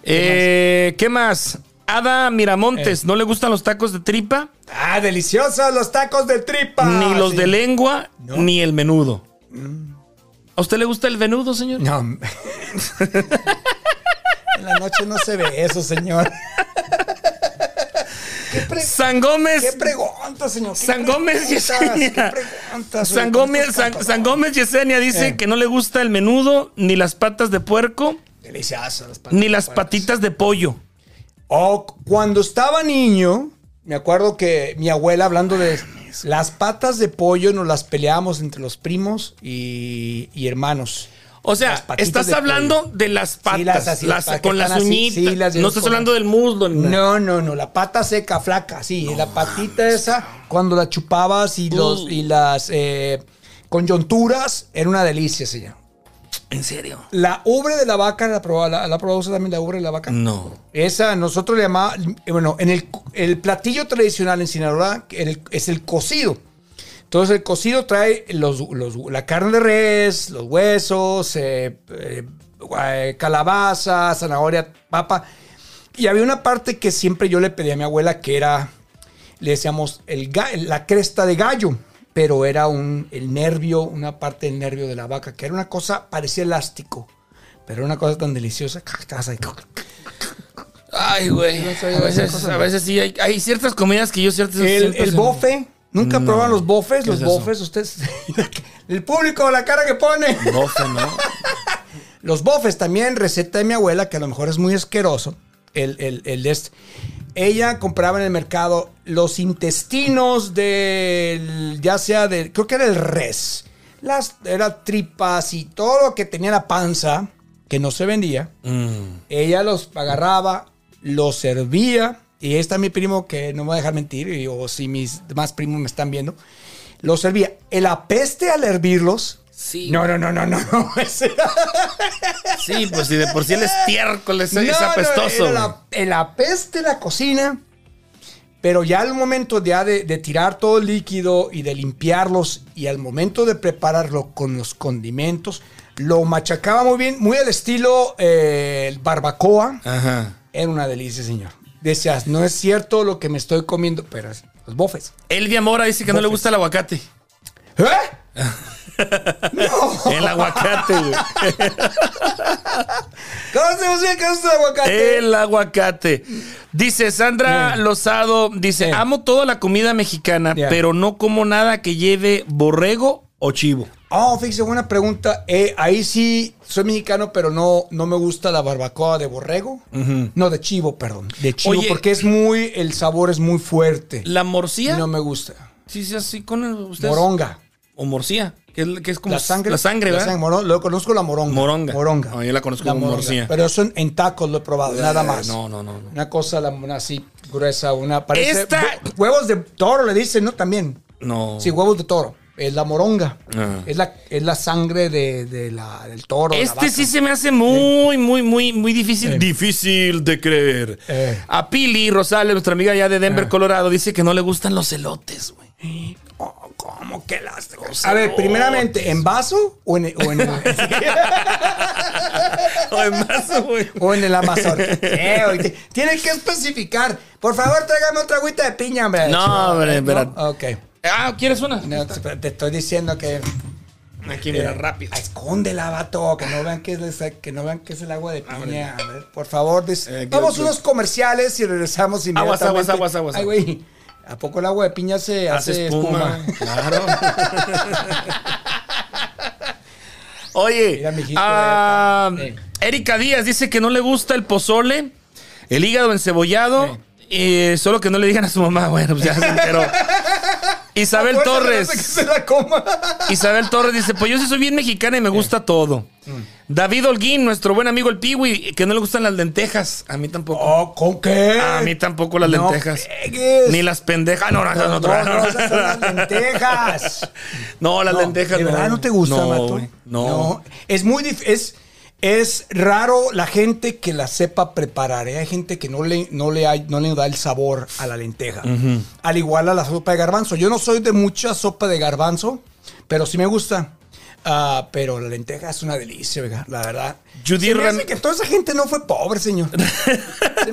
Speaker 3: Eh, ¿Qué más? Eh. Ada Miramontes, ¿no le gustan los tacos de tripa?
Speaker 4: Ah, deliciosos los tacos de tripa.
Speaker 3: ni los
Speaker 4: Sí.
Speaker 3: de lengua,
Speaker 4: No.
Speaker 3: ni el menudo. Mm. ¿A usted le gusta el menudo, señor?
Speaker 4: No. en la noche no se ve eso, señor. ¿Qué, pre-
Speaker 3: San
Speaker 4: qué
Speaker 3: Gómez.
Speaker 4: pregunta, señor? ¿Qué
Speaker 3: San Gómez,
Speaker 4: preguntas? ¿Qué
Speaker 3: Yesenia.
Speaker 4: preguntas?
Speaker 3: San
Speaker 4: Oye,
Speaker 3: Gómez,
Speaker 4: ¿cuántos
Speaker 3: San,
Speaker 4: tacos?
Speaker 3: San Gómez Yesenia dice
Speaker 4: Eh.
Speaker 3: que no le gusta el menudo, ni las patas de puerco,
Speaker 4: Deliciosos las patas
Speaker 3: ni las
Speaker 4: puercas.
Speaker 3: patitas de pollo.
Speaker 4: O cuando estaba niño, me acuerdo que mi abuela hablando de las patas de pollo nos las peleábamos entre los primos y, y hermanos.
Speaker 3: O sea,
Speaker 4: Las patitas
Speaker 3: estás
Speaker 4: de
Speaker 3: hablando
Speaker 4: pollo.
Speaker 3: de las patas,
Speaker 4: Sí, las así,
Speaker 3: las-
Speaker 4: para que
Speaker 3: con las
Speaker 4: están así,
Speaker 3: uñitas.
Speaker 4: sí, las de
Speaker 3: no
Speaker 4: los
Speaker 3: estás
Speaker 4: codos.
Speaker 3: hablando del muslo. ni nada.
Speaker 4: No, no, no, la pata seca, flaca, sí, la patita esa, cuando la chupabas y, los,
Speaker 3: Uh.
Speaker 4: y las eh, coyunturas, era una delicia, señor.
Speaker 3: En serio.
Speaker 4: La ubre de la vaca, ¿la probaba, la, la probaba usted también la ubre de la vaca?
Speaker 3: No.
Speaker 4: Esa nosotros le llamamos, bueno, en el, el platillo tradicional en Sinaloa que el- es el cocido. Entonces el cocido trae los, los- la carne de res, los huesos, eh, eh, eh, calabaza, zanahoria, papa. Y había una parte que siempre yo le pedí a mi abuela que era, le decíamos, el, ga- la cresta de gallo, pero era un, el nervio, una parte del nervio de la vaca, que era una cosa, parecía elástico, pero era una cosa tan deliciosa.
Speaker 3: Ay, güey. A veces, a veces sí hay, hay ciertas comidas que yo ciertas.
Speaker 4: El,
Speaker 3: ciertas-
Speaker 4: el bofe. ¿Nunca
Speaker 3: No.
Speaker 4: probaron los bofes?
Speaker 3: ¿Qué
Speaker 4: Los
Speaker 3: es eso?
Speaker 4: bofes, ustedes. el público, la cara que pone.
Speaker 3: Bofe, ¿no?
Speaker 4: Los bofes también, receta de mi abuela, que a lo mejor es muy asqueroso. El, el, el este. Ella compraba en el mercado los intestinos del. ya sea del. creo que era el res. Las era tripas y todo lo que tenía la panza, que no se vendía.
Speaker 3: Mm.
Speaker 4: Ella los agarraba, los servía. Y ahí está mi primo que no me va a dejar mentir, y- o si mis demás primos me están viendo. Los servía. El apeste al hervirlos.
Speaker 3: Sí.
Speaker 4: No, no, no, no, no. no, ese-
Speaker 3: Sí, pues si de por sí el estiércol es, es
Speaker 4: no, no,
Speaker 3: apestoso.
Speaker 4: era
Speaker 3: güey.
Speaker 4: la- El, apeste en la cocina. Pero ya al momento ya de, de tirar todo el líquido y de limpiarlos y al momento de prepararlo con los condimentos, lo machacaba muy bien, muy al estilo eh,
Speaker 3: Ah,
Speaker 4: barbacoa.
Speaker 3: Ajá.
Speaker 4: Era una delicia, señor. Decías, no es cierto lo que me estoy comiendo, pero es- los bofes.
Speaker 3: Elvia Mora dice que no le gusta el aguacate.
Speaker 4: ¿Eh? no.
Speaker 3: El aguacate, güey.
Speaker 4: ¿Cómo se usa el caso de aguacate?
Speaker 3: El aguacate. Dice Sandra Lozado, dice,
Speaker 4: Bien.
Speaker 3: amo toda la comida mexicana,
Speaker 4: Ya.
Speaker 3: pero no como nada que lleve borrego o chivo.
Speaker 4: Oh, fíjese, buena pregunta. Eh, ahí sí, soy mexicano, pero no, no me gusta la barbacoa de borrego. No, de chivo, perdón. De chivo,
Speaker 3: Oye.
Speaker 4: porque es muy, el sabor es muy fuerte.
Speaker 3: La morcilla,
Speaker 4: No me gusta.
Speaker 3: sí, sí, así con el- ustedes.
Speaker 4: Moronga.
Speaker 3: O morcilla, que es, que es como
Speaker 4: La sangre.
Speaker 3: la sangre, ¿verdad?
Speaker 4: moron- lo conozco la moronga.
Speaker 3: Moronga. Ah,
Speaker 4: Moronga.
Speaker 3: No, yo la conozco como morcilla. Eh,
Speaker 4: Pero eso en, en tacos lo he probado, nada más.
Speaker 3: No, no, no. no.
Speaker 4: Una cosa la, una así gruesa, una parece
Speaker 3: Esta-
Speaker 4: hue- huevos de toro le dicen, ¿no? También.
Speaker 3: No.
Speaker 4: Sí, huevos de toro. Es la moronga.
Speaker 3: Ah.
Speaker 4: Es, la, es la sangre de, de la, del toro. de la
Speaker 3: Este
Speaker 4: vaca.
Speaker 3: sí se me hace muy, muy, muy, muy difícil. Difícil de creer.
Speaker 4: Eh.
Speaker 3: A Pili Rosales, nuestra amiga ya de Denver, Colorado, dice que no le gustan los elotes, güey.
Speaker 4: Oh, ¿Cómo que las dos? A ver, primeramente, ¿en vaso o en, o en,
Speaker 3: Además, güey.
Speaker 4: o en el Amazon? Eh, oye, Tienes que especificar. Por favor, tráigame otra agüita de piña, hombre.
Speaker 3: No, hombre, espera.
Speaker 4: Ok.
Speaker 3: Ah, ¿quieres una?
Speaker 4: No, te te estoy diciendo que...
Speaker 3: Aquí, mira, rápido.
Speaker 4: Ah, Escóndela, vato, que no vean que es, el- que no vean que es el agua de piña. A ver, por favor, dis-
Speaker 3: Eh, creo
Speaker 4: vamos
Speaker 3: que-
Speaker 4: unos comerciales y regresamos inmediatamente.
Speaker 3: aguas, aguas, aguas.
Speaker 4: Ay, güey, ¿a poco el agua de piña se hace,
Speaker 3: Hace
Speaker 4: espuma?
Speaker 3: espuma. Claro. Oye,
Speaker 4: Mira, mijito,
Speaker 3: ah,
Speaker 4: eh,
Speaker 3: Erika Díaz dice que no le gusta el pozole, el hígado encebollado, eh, solo que no le digan a su mamá. Bueno, pues ya se enteró. Isabel
Speaker 4: Fuerza,
Speaker 3: Torres.
Speaker 4: no sé que se la coma.
Speaker 3: Isabel Torres dice, pues yo sí soy bien mexicana y me gusta todo. David Holguín, nuestro buen amigo el Piwi, que no le gustan las lentejas. A mí tampoco.
Speaker 4: Oh, ¿Con qué?
Speaker 3: A mí tampoco las
Speaker 4: No
Speaker 3: lentejas.
Speaker 4: pegues.
Speaker 3: Ni las pendejas. No, no, esas no,
Speaker 4: No,
Speaker 3: no,
Speaker 4: no, esas son las lentejas.
Speaker 3: No, las
Speaker 4: No,
Speaker 3: lentejas
Speaker 4: ¿De
Speaker 3: no.
Speaker 4: verdad no te gusta,
Speaker 3: no,
Speaker 4: vato?
Speaker 3: güey, No.
Speaker 4: Es muy dif- es, es raro la gente que la sepa preparar. ¿eh? Hay gente que no le, no, le hay- no le da el sabor a la lenteja. Al igual a la sopa de garbanzo. Yo no soy de mucha sopa de garbanzo, pero sí me gusta. Ah, pero la lenteja es una delicia, oiga, la verdad.
Speaker 3: Judy
Speaker 4: Se me hace
Speaker 3: Ram-
Speaker 4: que toda esa gente no fue pobre, señor. Se me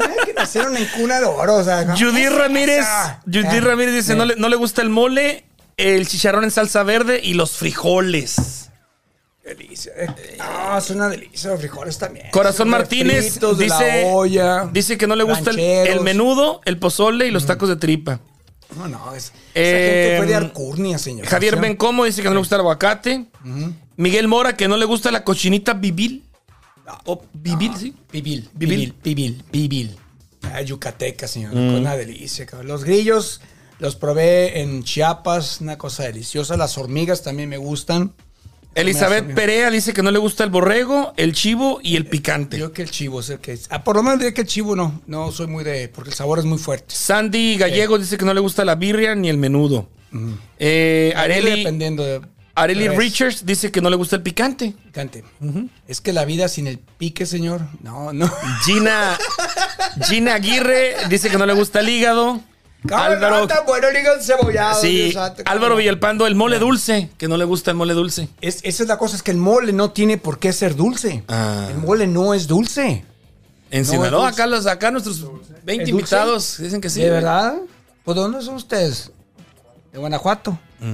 Speaker 4: hace que nacieron en cuna de oro. O sea,
Speaker 3: Judy
Speaker 4: ¿cómo se
Speaker 3: Ramírez.
Speaker 4: pasa?
Speaker 3: Judy
Speaker 4: Eh,
Speaker 3: Ramírez dice:
Speaker 4: eh.
Speaker 3: no, le, no le gusta el mole, el chicharrón en salsa verde y los frijoles.
Speaker 4: Delicia. Eh, Ah, es una delicia. Los frijoles también.
Speaker 3: Corazón
Speaker 4: Los
Speaker 3: Martínez
Speaker 4: fritos de
Speaker 3: dice,
Speaker 4: la olla,
Speaker 3: dice que no le gusta el,
Speaker 4: rancheros. Mm.
Speaker 3: el menudo, el pozole y los tacos de tripa.
Speaker 4: No, no, es,
Speaker 3: Eh,
Speaker 4: esa gente fue de Arcurnia, señor.
Speaker 3: Javier
Speaker 4: O sea,
Speaker 3: Bencomo dice que no le gusta el aguacate. Miguel Mora que no le gusta la cochinita bibil.
Speaker 4: Ah,
Speaker 3: O bibil, sí.
Speaker 4: Pibil,
Speaker 3: Pibil. Mm.
Speaker 4: pibil, pibil, pibil. Ah, yucateca, señor. Una delicia, cabrón. Los grillos los probé en Chiapas, una cosa deliciosa. Las hormigas también me gustan.
Speaker 3: Elizabeth
Speaker 4: bien.
Speaker 3: Perea dice que no le gusta el borrego, el chivo y el picante.
Speaker 4: Yo que el chivo es el que... Ah, por lo menos diría que el chivo no. No soy muy de... Porque el sabor es muy fuerte.
Speaker 3: Sandy Gallego dice que no le gusta la birria ni el menudo.
Speaker 4: Mm.
Speaker 3: Eh, Areli,
Speaker 4: Dependiendo de...
Speaker 3: Areli
Speaker 4: de res.
Speaker 3: Richards dice que no le gusta el picante.
Speaker 4: Picante. Es que la vida sin el pique, señor. No, no.
Speaker 3: Gina, Gina Aguirre dice que no le gusta el hígado. Álvaro,
Speaker 4: bueno el hígado cebollado.
Speaker 3: sí, Álvaro Villalpando, el mole dulce, que no le gusta el mole dulce.
Speaker 4: Es- esa es la cosa, es que el mole no tiene por qué ser dulce.
Speaker 3: Ah.
Speaker 4: El mole no es dulce.
Speaker 3: En
Speaker 4: No,
Speaker 3: Sinaloa,
Speaker 4: es dulce.
Speaker 3: acá, los, acá nuestros 20
Speaker 4: ¿Es dulce?
Speaker 3: invitados dicen que sí.
Speaker 4: ¿De verdad? ¿Por dónde son ustedes? De Guanajuato. No,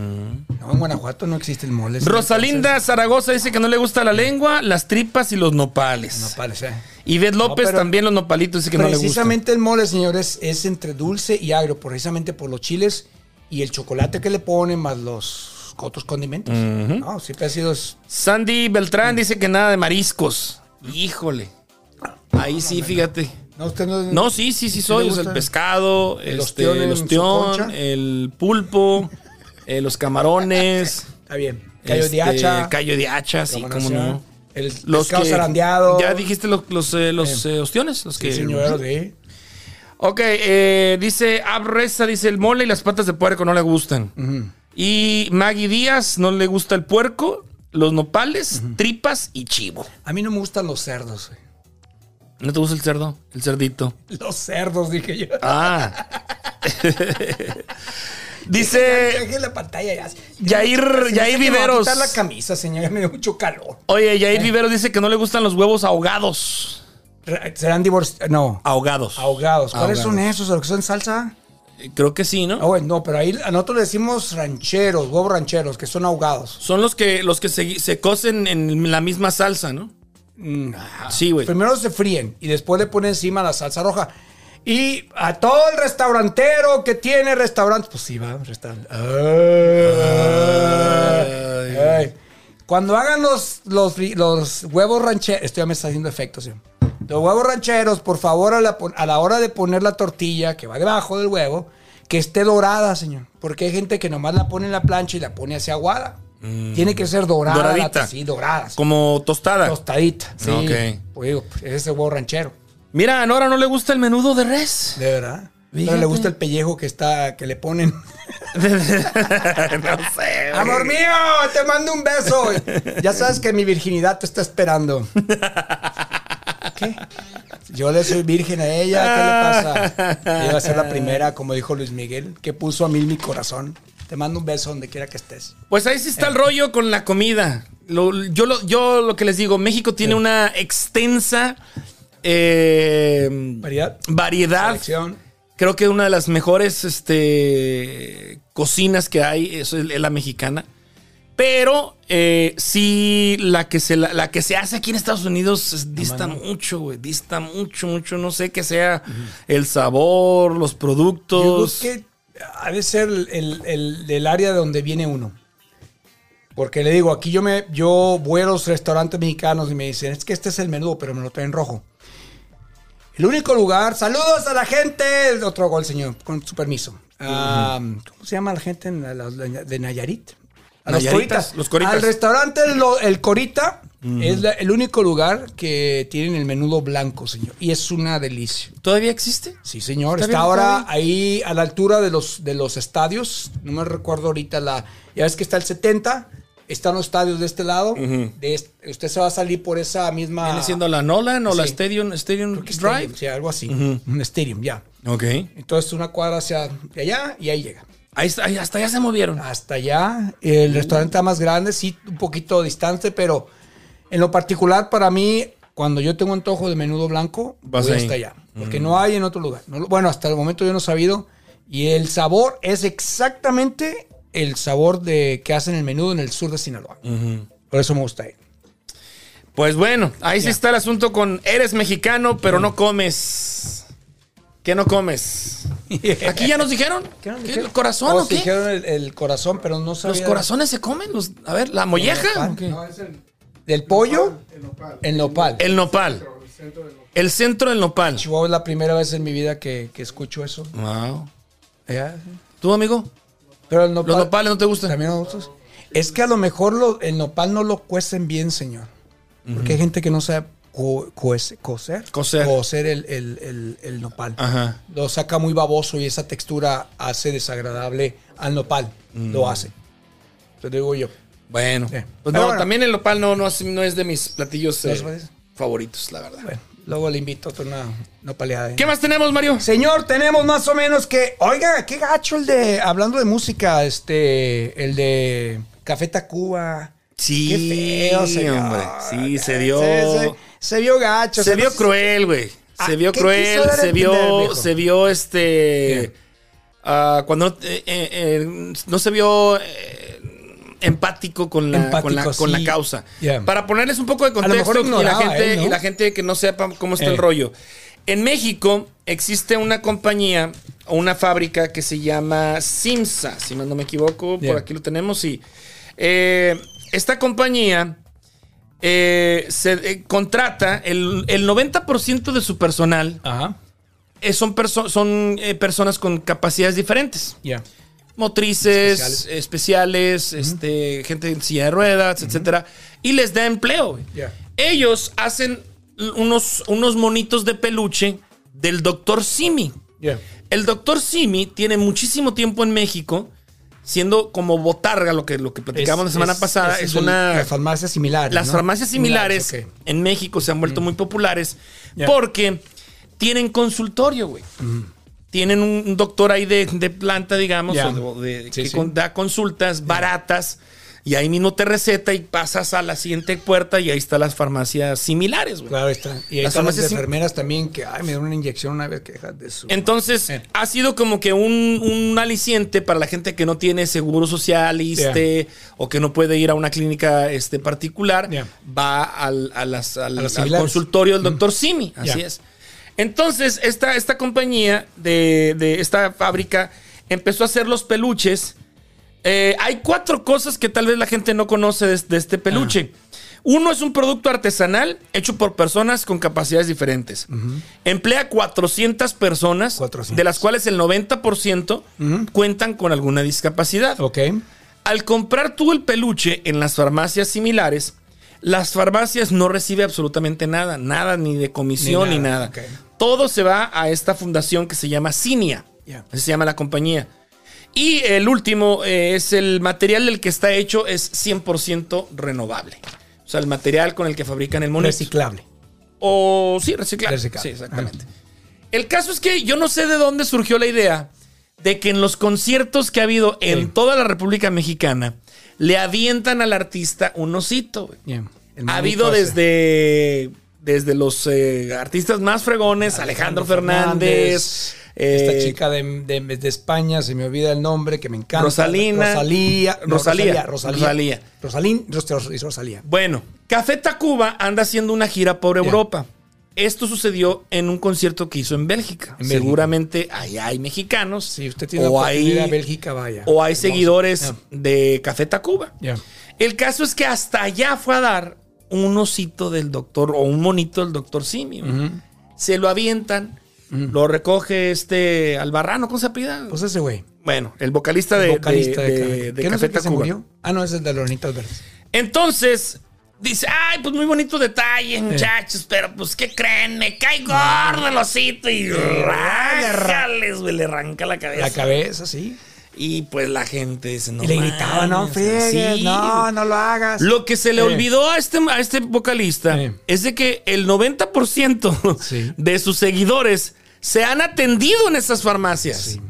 Speaker 4: en Guanajuato no existe el mole. señor.
Speaker 3: Mm. Rosalinda Zaragoza dice que no le gusta la lengua, las tripas y los nopales.
Speaker 4: No parece.
Speaker 3: Yvette López
Speaker 4: pero-
Speaker 3: también los nopalitos dice que no le gusta.
Speaker 4: Precisamente el mole, señores, es entre dulce y agrio, precisamente por los chiles y el chocolate que le ponen, más los otros condimentos. No, siempre ha sido
Speaker 3: Sandy Beltrán dice que nada de mariscos. Híjole. Ahí sí, fíjate.
Speaker 4: No, usted no.
Speaker 3: No, sí, sí, sí soy.
Speaker 4: le
Speaker 3: O sea,
Speaker 4: gusta?
Speaker 3: el pescado, el
Speaker 4: El
Speaker 3: este,
Speaker 4: ostión
Speaker 3: el
Speaker 4: en
Speaker 3: ostión,
Speaker 4: su concha.
Speaker 3: el pulpo, eh, los camarones.
Speaker 4: Está bien. Callo
Speaker 3: este,
Speaker 4: de hacha.
Speaker 3: Callo de hacha, sí,
Speaker 4: cómo
Speaker 3: cómo
Speaker 4: sea,
Speaker 3: no.
Speaker 4: El
Speaker 3: Los
Speaker 4: pescado
Speaker 3: que-
Speaker 4: zarandeado.
Speaker 3: Ya dijiste los, los, eh, los, eh, ostiones. Los que,
Speaker 4: Sí, señor, sí.
Speaker 3: Ok, eh, dice Abresa, dice el mole y las patas de puerco no le gustan. Y Maggie Díaz no le gusta el puerco, los nopales, tripas y chivo.
Speaker 4: A mí no me gustan los cerdos. güey.
Speaker 3: ¿No te gusta el cerdo? El cerdito.
Speaker 4: Los cerdos, dije yo.
Speaker 3: Ah. Dice
Speaker 4: Dejé la pantalla ya.
Speaker 3: Eh, Yair-
Speaker 4: Se me
Speaker 3: Yair
Speaker 4: hace que me va a
Speaker 3: Viveros.
Speaker 4: quitar la camisa, señor. Ya me dio mucho calor.
Speaker 3: Oye, Jair Vivero dice que no le gustan los huevos ahogados.
Speaker 4: Re- Serán divorciados. No.
Speaker 3: Ahogados.
Speaker 4: Ahogados. ¿Cuáles
Speaker 3: Ahogados.
Speaker 4: son esos? ¿Los que son salsa?
Speaker 3: Eh, Creo que sí,
Speaker 4: Ah,
Speaker 3: ¿no?
Speaker 4: bueno, no, pero ahí a nosotros le decimos rancheros, huevos rancheros, que son ahogados.
Speaker 3: Son los que, los que se, se cocen en la misma salsa, ¿no? Mm. Sí, güey.
Speaker 4: Primero se fríen y después le ponen encima la salsa roja. Y a todo el restaurantero que tiene restaurante, pues sí, va, restaurante. Ay, ay. Cuando hagan los, los, fri- los huevos rancheros, esto ya me está haciendo efecto, sí. Los huevos rancheros, por favor, a la, pon- a la hora de poner la tortilla que va debajo del huevo, que esté dorada, señor. Porque hay gente que nomás la pone en la plancha y la pone así aguada. Tiene que ser dorada. la
Speaker 3: Mm. Doradita.
Speaker 4: tor- Sí, dorada. sí.
Speaker 3: Como tostada.
Speaker 4: Tostadita. Sí.
Speaker 3: Ok.
Speaker 4: Pues digo, pues, ese es el huevo ranchero.
Speaker 3: Mira, a Nora no le gusta el menudo de res.
Speaker 4: De verdad. Pero le gusta el pellejo que está, que le ponen.
Speaker 3: no sé. güey.
Speaker 4: Amor mío, te mando un beso. Ya sabes que mi virginidad te está esperando. ¿Qué? Yo le soy virgen a ella, ¿qué le pasa? Iba a ser la primera, como dijo Luis Miguel, que puso a mil mi corazón. Te mando un beso donde quiera que estés.
Speaker 3: Pues ahí sí está el rollo con la comida. Lo- yo, lo, yo lo que les digo, México tiene una extensa eh,
Speaker 4: Variedad.
Speaker 3: variedad.
Speaker 4: Selección.
Speaker 3: Creo que una de las mejores este, cocinas que hay es, es la mexicana. Pero eh, sí, la que, se, la, la que se hace aquí en Estados Unidos es- dista mucho, güey. Dista mucho, mucho. No sé qué sea el sabor, los
Speaker 4: Yo
Speaker 3: productos.
Speaker 4: creo que ha de ser el, el- el- el área de donde viene uno. Porque le digo, aquí yo me yo voy a los restaurantes mexicanos y me dicen, es que este es el menudo, pero me lo traen rojo. El único lugar, saludos a la gente, otro gol, señor, con su permiso. Ah, ¿Cómo se llama la gente en la- la- la- de Nayarit? A los
Speaker 3: Nayaritas,
Speaker 4: coritas.
Speaker 3: los coritas.
Speaker 4: Al restaurante Lo- El Corita es la- el único lugar que tienen el menudo blanco, señor. Y es una delicia.
Speaker 3: ¿Todavía existe?
Speaker 4: Sí, señor.
Speaker 3: Está
Speaker 4: Está,
Speaker 3: bien,
Speaker 4: ahora
Speaker 3: está
Speaker 4: ahí a la altura de los, de los estadios. No me recuerdo ahorita la. Ya ves que está el 70. Están los estadios de este lado. de este- usted se va a salir por esa misma.
Speaker 3: ¿Viene siendo la Nolan o la
Speaker 4: Ah. Sí.
Speaker 3: Stadium, Stadium
Speaker 4: Creo que
Speaker 3: Drive?
Speaker 4: stadium, sí, algo así. Un stadium, ya.
Speaker 3: Ok.
Speaker 4: Entonces una cuadra hacia de allá y ahí llega.
Speaker 3: Ahí está, ahí hasta ya se movieron.
Speaker 4: Hasta allá. El restaurante está más grande, sí, un poquito distante, pero en lo particular para mí, cuando yo tengo antojo de menudo blanco,
Speaker 3: Vas
Speaker 4: voy
Speaker 3: ahí. Mm.
Speaker 4: hasta allá. Porque no hay en otro lugar. No lo- bueno, hasta el momento yo no he sabido. Y el sabor es exactamente el sabor de que hacen el menudo en el sur de Sinaloa. Por eso me gusta ahí.
Speaker 3: Pues bueno, ahí sí está el asunto con eres mexicano, pero no comes. ¿Qué no comes? ¿Aquí ya nos dijeron? ¿Qué ¿El corazón
Speaker 4: Oh,
Speaker 3: o
Speaker 4: sí,
Speaker 3: qué?
Speaker 4: dijeron el, el corazón, pero no
Speaker 3: ¿Los
Speaker 4: sabía.
Speaker 3: corazones se comen? Los- a ver, ¿la molleja? ¿O qué?
Speaker 4: ¿Del pollo? El nopal.
Speaker 3: El nopal. El centro del nopal.
Speaker 4: Chihuahua es la primera vez en mi vida que, que escucho eso.
Speaker 3: Wow.
Speaker 4: Ya, sí.
Speaker 3: ¿Tú, amigo?
Speaker 4: Pero el nopal,
Speaker 3: ¿Los nopales no te gustan?
Speaker 4: también nosotros. Es que a lo mejor lo- el nopal no lo cuecen bien, señor. Porque hay gente que no sabe co- cuece- cocer.
Speaker 3: Cocer.
Speaker 4: el, el- el- el nopal.
Speaker 3: Ajá.
Speaker 4: Lo saca muy baboso y esa textura hace desagradable al nopal. Lo hace. Te digo yo.
Speaker 3: Bueno.
Speaker 4: Sí.
Speaker 3: Pues
Speaker 4: Pero
Speaker 3: no,
Speaker 4: bueno.
Speaker 3: también el nopal no, no, es- no es de mis platillos
Speaker 4: ¿No
Speaker 3: eh,
Speaker 4: es bueno?
Speaker 3: favoritos, la verdad.
Speaker 4: Bueno, luego le invito a otra una nopaleada. ¿eh?
Speaker 3: ¿Qué más tenemos, Mario?
Speaker 4: Señor, tenemos más o menos que. Oiga, qué gacho el de. Hablando de música, este. El de Café Tacuba.
Speaker 3: Sí,
Speaker 4: Qué feo, señor.
Speaker 3: hombre. Sí, se dio.
Speaker 4: Se, se- se vio gacho.
Speaker 3: se
Speaker 4: o sea,
Speaker 3: vio
Speaker 4: no-
Speaker 3: cruel, güey.
Speaker 4: Ah,
Speaker 3: Se vio
Speaker 4: ¿qué
Speaker 3: cruel,
Speaker 4: quiso dar a
Speaker 3: se
Speaker 4: entender,
Speaker 3: vio,
Speaker 4: viejo?
Speaker 3: se vio este. ah, cuando no- eh, eh, eh, no se vio eh, empático con la,
Speaker 4: Empático,
Speaker 3: con la, con la
Speaker 4: sí.
Speaker 3: causa.
Speaker 4: Yeah.
Speaker 3: Para ponerles un poco de
Speaker 4: lo mejor
Speaker 3: contexto y la,
Speaker 4: ignoraba
Speaker 3: gente,
Speaker 4: él, ¿no?
Speaker 3: y la gente que no sepa cómo está
Speaker 4: Eh.
Speaker 3: el rollo. En México existe una compañía o una fábrica que se llama Simsa, si mal no me equivoco,
Speaker 4: Yeah.
Speaker 3: por aquí lo tenemos. Y eh, esta compañía eh, se eh, contrata el, el 90% de su personal
Speaker 4: Ajá.
Speaker 3: eh, son, perso- son eh, personas con capacidades diferentes.
Speaker 4: Ya.
Speaker 3: Motrices,
Speaker 4: Especiales.
Speaker 3: especiales, este, gente en silla de ruedas, etcétera. Y les da empleo. güey.
Speaker 4: Ya.
Speaker 3: Ellos hacen l- unos, unos monitos de peluche del doctor Simi.
Speaker 4: Ya.
Speaker 3: El doctor Simi tiene muchísimo tiempo en México, siendo como botarga, lo que, lo que platicamos la semana pasada. Es,
Speaker 4: del-
Speaker 3: una.
Speaker 4: Las farmacias similares.
Speaker 3: Las
Speaker 4: ¿no?
Speaker 3: farmacias similares
Speaker 4: ok. Mm.
Speaker 3: en México se han vuelto muy populares
Speaker 4: Ya. Mm.
Speaker 3: porque tienen consultorio, güey. Tienen un un doctor ahí de, de planta, digamos,
Speaker 4: Ya.
Speaker 3: o de- de-
Speaker 4: Sí,
Speaker 3: que
Speaker 4: sí.
Speaker 3: con- da consultas baratas y ahí mismo te receta y pasas a la siguiente puerta y ahí están las farmacias similares, güey.
Speaker 4: Claro, ahí está. Y ahí
Speaker 3: Las
Speaker 4: están las
Speaker 3: farmacias sim-
Speaker 4: enfermeras también que, ay, me dieron una inyección una vez que dejas de su.
Speaker 3: Entonces,
Speaker 4: Eh.
Speaker 3: ha sido como que un, un aliciente para la gente que no tiene seguro social, ISSSTE, o que no puede ir a una clínica este, particular,
Speaker 4: Yeah.
Speaker 3: va al, a las- al-
Speaker 4: A las
Speaker 3: al
Speaker 4: similares. Mm.
Speaker 3: consultorio del doctor Simi. Así
Speaker 4: Yeah.
Speaker 3: es. Entonces, esta, esta compañía de, de esta fábrica empezó a hacer los peluches. Eh, hay cuatro cosas que tal vez la gente no conoce de, de este peluche. Uno es un producto artesanal hecho por personas con capacidades diferentes. Emplea 400 personas,
Speaker 4: 400.
Speaker 3: de las cuales el 90% cuentan con alguna discapacidad.
Speaker 4: Ok.
Speaker 3: Al comprar tú el peluche en las farmacias similares, las farmacias no recibe absolutamente nada, nada ni de comisión
Speaker 4: Ni
Speaker 3: ni
Speaker 4: nada,
Speaker 3: nada.
Speaker 4: ok.
Speaker 3: Todo se va a esta fundación que se llama Cinia.
Speaker 4: Ya.
Speaker 3: Así se llama la compañía. Y el último eh, es el material del que está hecho es 100% renovable. O sea, el material con el que fabrican el monito.
Speaker 4: Reciclable.
Speaker 3: O sí, reciclar.
Speaker 4: Reciclar.
Speaker 3: Sí, exactamente. El caso es que yo no sé de dónde surgió la idea de que en los conciertos que ha habido en
Speaker 4: Sí.
Speaker 3: toda la República Mexicana le avientan al artista un osito. güey.
Speaker 4: Bien. El
Speaker 3: Ha
Speaker 4: monito
Speaker 3: habido
Speaker 4: ese.
Speaker 3: desde, desde los eh, artistas más fregones, Alejandro, Fernández,
Speaker 4: esta
Speaker 3: eh,
Speaker 4: chica de, de- de España, se me olvida el nombre, que me encanta.
Speaker 3: Rosalina.
Speaker 4: Rosalía. no,
Speaker 3: Rosalía.
Speaker 4: Rosalía.
Speaker 3: Rosalía.
Speaker 4: Rosalía. Rosalín, Ros- Ros- Rosalía.
Speaker 3: Bueno, Café Tacuba anda haciendo una gira por Europa. Esto sucedió en un concierto que hizo en Bélgica.
Speaker 4: En Bélgica.
Speaker 3: Seguramente allá hay mexicanos.
Speaker 4: Si usted tiene
Speaker 3: o
Speaker 4: la oportunidad,
Speaker 3: hay,
Speaker 4: Bélgica, vaya.
Speaker 3: O hay
Speaker 4: Hermoso.
Speaker 3: seguidores
Speaker 4: Ya.
Speaker 3: de Café Tacuba.
Speaker 4: Ya.
Speaker 3: El caso es que hasta allá fue a dar un osito del doctor o un monito del doctor Simio. Se lo avientan, lo recoge este Albarrano, ¿cómo se apellida?
Speaker 4: Pues ese güey.
Speaker 3: bueno, el vocalista de,
Speaker 4: vocalista
Speaker 3: de-
Speaker 4: de,
Speaker 3: de-
Speaker 4: Café-
Speaker 3: de
Speaker 4: ¿Qué no es
Speaker 3: Café
Speaker 4: el que se
Speaker 3: Tacuba.
Speaker 4: murió? Ah, no, es el de los Lornitas Verdes.
Speaker 3: Entonces, dice, ay, pues muy bonito detalle, muchachos, pero pues, ¿qué creen? Me cae gordo el osito y rájales, güey, le arranca la cabeza.
Speaker 4: La cabeza, sí.
Speaker 3: y pues la gente dice, no
Speaker 4: y le gritaba, no,
Speaker 3: mames, o sea,
Speaker 4: friegues,
Speaker 3: sí,
Speaker 4: no,
Speaker 3: güey".
Speaker 4: no lo hagas.
Speaker 3: Lo que se le
Speaker 4: Eh.
Speaker 3: olvidó a este, a este vocalista
Speaker 4: Eh.
Speaker 3: es de que el 90%
Speaker 4: Sí.
Speaker 3: de sus seguidores se han atendido en esas farmacias.
Speaker 4: Sí.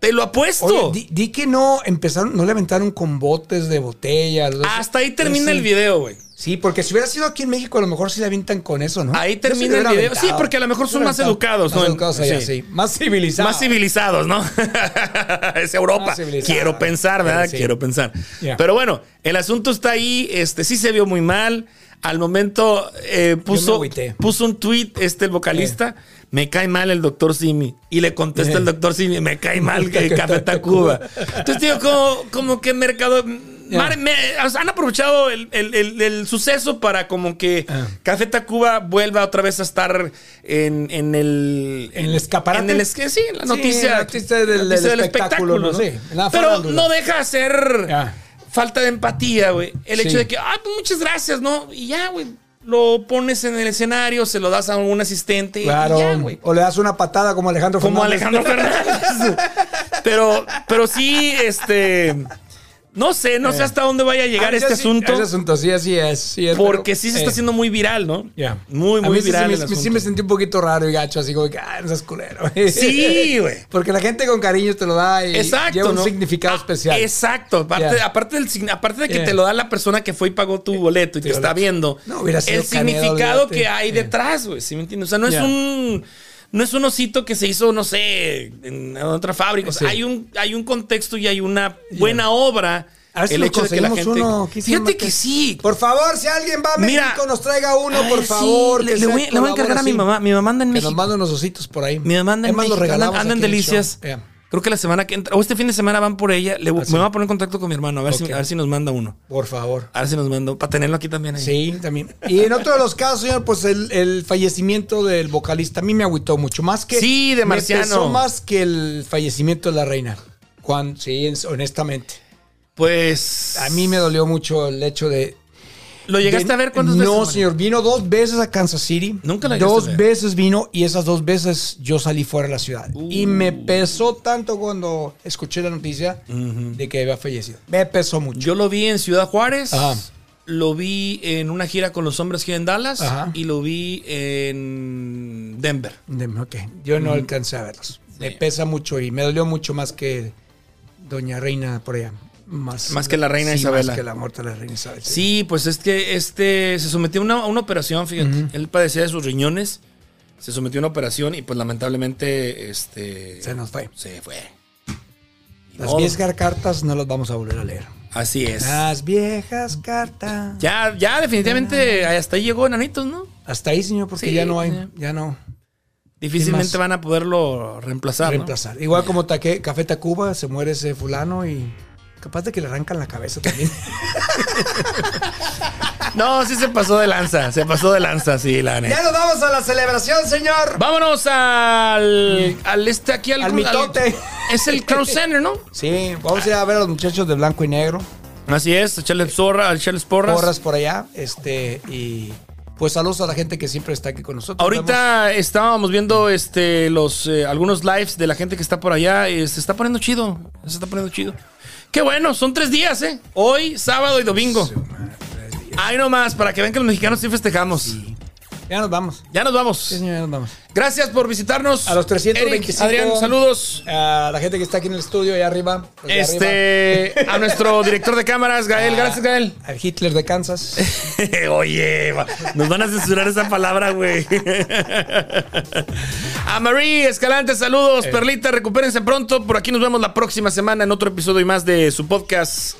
Speaker 3: Te lo apuesto.
Speaker 4: Oye, di, di que no empezaron, no le aventaron con botes de botella. los-
Speaker 3: Hasta ahí termina
Speaker 4: Pues Sí.
Speaker 3: el video, güey.
Speaker 4: Sí, porque si hubiera sido aquí en México, a lo mejor sí la avientan con eso, ¿no?
Speaker 3: Ahí
Speaker 4: Yo
Speaker 3: termina
Speaker 4: sí le hubiera
Speaker 3: el video.
Speaker 4: aventado.
Speaker 3: Sí, porque a lo mejor
Speaker 4: Yo
Speaker 3: son
Speaker 4: le
Speaker 3: más
Speaker 4: aventaba.
Speaker 3: educados, ¿no?
Speaker 4: Más educados allá,
Speaker 3: Sí.
Speaker 4: sí. Más civilizados.
Speaker 3: Más civilizados, ¿no? es Europa.
Speaker 4: Más civilizados.
Speaker 3: Quiero pensar, ¿verdad?
Speaker 4: Sí.
Speaker 3: Quiero pensar.
Speaker 4: Ya.
Speaker 3: Pero bueno, el asunto está ahí. Este sí se vio muy mal. Al momento eh, puso,
Speaker 4: agüité.
Speaker 3: puso un tweet este el vocalista. Me cae mal el doctor Simi. Y le contesta
Speaker 4: Eh.
Speaker 3: el doctor Simi, me cae mal que
Speaker 4: Que
Speaker 3: Café
Speaker 4: está
Speaker 3: Tacuba. Entonces, digo, como, como que mercado. mar- me- o sea, han aprovechado el, el- el- el suceso para como que
Speaker 4: Ah.
Speaker 3: Café Tacuba vuelva otra vez a estar en, en el.
Speaker 4: En el escaparate.
Speaker 3: En el es- sí, en la
Speaker 4: Sí,
Speaker 3: noticia,
Speaker 4: la noticia del- del espectáculo, ¿no?
Speaker 3: ¿no?
Speaker 4: Sí, la
Speaker 3: Pero
Speaker 4: farándula.
Speaker 3: no deja de ser
Speaker 4: Ya.
Speaker 3: falta de empatía, güey. El
Speaker 4: Sí.
Speaker 3: hecho de que, ah, pues muchas gracias, ¿no? Y ya, güey. Lo pones en el escenario, se lo das a algún asistente.
Speaker 4: Claro.
Speaker 3: Y ya, güey.
Speaker 4: o le das una patada como Alejandro
Speaker 3: Como
Speaker 4: Fernández.
Speaker 3: Alejandro Fernández. pero, pero sí, este. No sé, no sé hasta dónde vaya a llegar
Speaker 4: Ah,
Speaker 3: este
Speaker 4: sí,
Speaker 3: asunto.
Speaker 4: Ese asunto, sí, así es. sí es,
Speaker 3: Porque
Speaker 4: pero-
Speaker 3: sí se está
Speaker 4: eh,
Speaker 3: haciendo muy viral, ¿no?
Speaker 4: ya.
Speaker 3: Muy,
Speaker 4: A
Speaker 3: muy
Speaker 4: mí sí se
Speaker 3: viral.
Speaker 4: me-
Speaker 3: el
Speaker 4: Sí,
Speaker 3: asunto.
Speaker 4: me sentí un poquito raro y gacho, así como que, ah, no seas culero.
Speaker 3: Sí, güey.
Speaker 4: Porque la gente con cariño te lo da y
Speaker 3: Exacto.
Speaker 4: lleva un
Speaker 3: ¿no?
Speaker 4: significado
Speaker 3: Ah,
Speaker 4: especial.
Speaker 3: Exacto. Aparte,
Speaker 4: Ya. Eh,
Speaker 3: aparte del, signi- aparte de que
Speaker 4: Yeah.
Speaker 3: te lo da la persona que fue y pagó tu boleto y te
Speaker 4: boleto.
Speaker 3: está viendo.
Speaker 4: No, hubiera sido
Speaker 3: el
Speaker 4: Canedo,
Speaker 3: significado
Speaker 4: olvídate.
Speaker 3: que hay
Speaker 4: Yeah.
Speaker 3: detrás, güey. ¿Sí me entiendes? O sea, no es
Speaker 4: Yeah.
Speaker 3: un. No es un osito que se hizo, no sé, en otra fábrica. O sea,
Speaker 4: Sí.
Speaker 3: hay, un, hay un contexto y hay una buena obra.
Speaker 4: A ver si
Speaker 3: el
Speaker 4: nos
Speaker 3: hecho de que la
Speaker 4: conseguimos
Speaker 3: gente.
Speaker 4: uno. ¿Quién se llama
Speaker 3: Fíjate que
Speaker 4: que-
Speaker 3: sí.
Speaker 4: Por favor, si alguien va a
Speaker 3: Mira.
Speaker 4: México, nos traiga uno,
Speaker 3: Ay,
Speaker 4: por
Speaker 3: sí,
Speaker 4: favor.
Speaker 3: Le,
Speaker 4: que
Speaker 3: le
Speaker 4: sea
Speaker 3: voy, le voy a encargar a mi
Speaker 4: colaboración.
Speaker 3: mamá. Mi mamá anda en
Speaker 4: Que nos
Speaker 3: México.
Speaker 4: manden unos ositos por ahí.
Speaker 3: Mi mamá anda en
Speaker 4: Es más, los
Speaker 3: México,
Speaker 4: regalamos
Speaker 3: andan- andan
Speaker 4: aquí en el
Speaker 3: delicias.
Speaker 4: show. Eh,
Speaker 3: Creo que la semana que entra, o este fin de semana van por ella. Le-
Speaker 4: sí.
Speaker 3: me voy a poner en contacto con mi hermano, a ver, si,
Speaker 4: Ok.
Speaker 3: a ver si nos manda uno.
Speaker 4: por favor.
Speaker 3: A ver si nos manda, para tenerlo aquí también. ahí.
Speaker 4: Sí, también. Y en otro de los casos, señor, pues el, el fallecimiento del vocalista a mí me agüitó mucho. Más que.
Speaker 3: Sí, de Marciano.
Speaker 4: Me pesó más que el fallecimiento de la reina. Juan, sí, en- honestamente.
Speaker 3: Pues.
Speaker 4: A mí me dolió mucho el hecho de.
Speaker 3: ¿Lo llegaste
Speaker 4: de-
Speaker 3: a ver cuántas veces?
Speaker 4: No,
Speaker 3: Mario?
Speaker 4: señor. Vino dos veces a Kansas City.
Speaker 3: Nunca la llegaste
Speaker 4: Dos
Speaker 3: a ver.
Speaker 4: veces vino y esas dos veces yo salí fuera de la ciudad.
Speaker 3: Uh.
Speaker 4: Y me pesó tanto cuando escuché la noticia de que había fallecido. Me pesó mucho.
Speaker 3: Yo lo vi en Ciudad Juárez.
Speaker 4: Ajá.
Speaker 3: Lo vi en una gira con los hombres que en Dallas.
Speaker 4: Ajá.
Speaker 3: Y lo vi en Denver.
Speaker 4: Mm, ok. Yo no alcancé a verlos. Me pesa mucho y me dolió mucho más que Doña Reina por allá. Más,
Speaker 3: Más que la reina
Speaker 4: Sí,
Speaker 3: Isabela.
Speaker 4: Más que la muerte de la reina Isabel.
Speaker 3: Sí, pues es que este se sometió a una, a una operación, fíjate. Él padecía de sus riñones. Se sometió a una operación y pues lamentablemente este
Speaker 4: Se nos fue.
Speaker 3: se fue. Ni
Speaker 4: Las
Speaker 3: modo.
Speaker 4: viejas cartas no las vamos a volver a leer.
Speaker 3: Así es.
Speaker 4: Las viejas cartas.
Speaker 3: Ya, ya definitivamente
Speaker 4: Ah.
Speaker 3: hasta ahí llegó Enanitos, ¿no?
Speaker 4: Hasta ahí, señor, porque
Speaker 3: Sí,
Speaker 4: ya no hay.
Speaker 3: señor.
Speaker 4: Ya no.
Speaker 3: Difícilmente
Speaker 4: más?
Speaker 3: van a poderlo reemplazar. ¿no?
Speaker 4: Reemplazar. Igual como taque, Café Tacuba, se muere ese fulano y. Capaz de que le arrancan la cabeza también.
Speaker 3: No, sí se pasó de lanza, se pasó de lanza, sí, la neta.
Speaker 4: ya nos vamos a la celebración, señor.
Speaker 3: Vámonos al, al este aquí al,
Speaker 4: Al mitote.
Speaker 3: es el Crown Center, ¿no?
Speaker 4: Sí, vamos a ir a ver a los muchachos de blanco y negro.
Speaker 3: Así es, echarle zorra, echarles porras.
Speaker 4: porras por allá. Este, y Pues saludos a la gente que siempre está aquí con nosotros.
Speaker 3: Ahorita estábamos viendo este los eh, algunos lives de la gente que está por allá. eh, se está poniendo chido. Se está poniendo chido. Qué bueno, son tres días, ¿eh? Hoy, sábado y domingo. Ahí nomás, para que vean que los mexicanos sí festejamos.
Speaker 4: Vemos- ya nos vamos.
Speaker 3: Ya nos
Speaker 4: Sí,
Speaker 3: vamos.
Speaker 4: señor, ya nos vamos.
Speaker 3: Gracias por visitarnos.
Speaker 4: A los 325.
Speaker 3: Eric, Adrián, saludos.
Speaker 4: A la gente que está aquí en el estudio, allá arriba. los Pues de arriba. Ah.
Speaker 3: Este, a nuestro director de cámaras, Gael. Gracias, Gael.
Speaker 4: Al Hitler de Kansas.
Speaker 3: Oye, va- nos van a censurar esa palabra, güey. A Marie Escalante, saludos. Perlita, recupérense pronto. Por aquí nos vemos la próxima semana en otro episodio y más de su podcast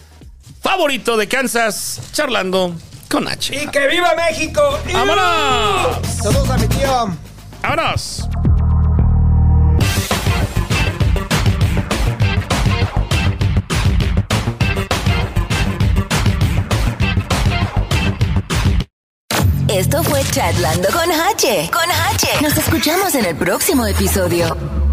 Speaker 3: favorito de Kansas, charlando con
Speaker 4: ¡Y
Speaker 3: H.
Speaker 4: que viva México!
Speaker 3: ¡Vámonos!
Speaker 4: Saludos a mi tío.
Speaker 3: ¡Vámonos!
Speaker 2: Esto fue Chatlando con H. Con H. Nos escuchamos en el próximo episodio.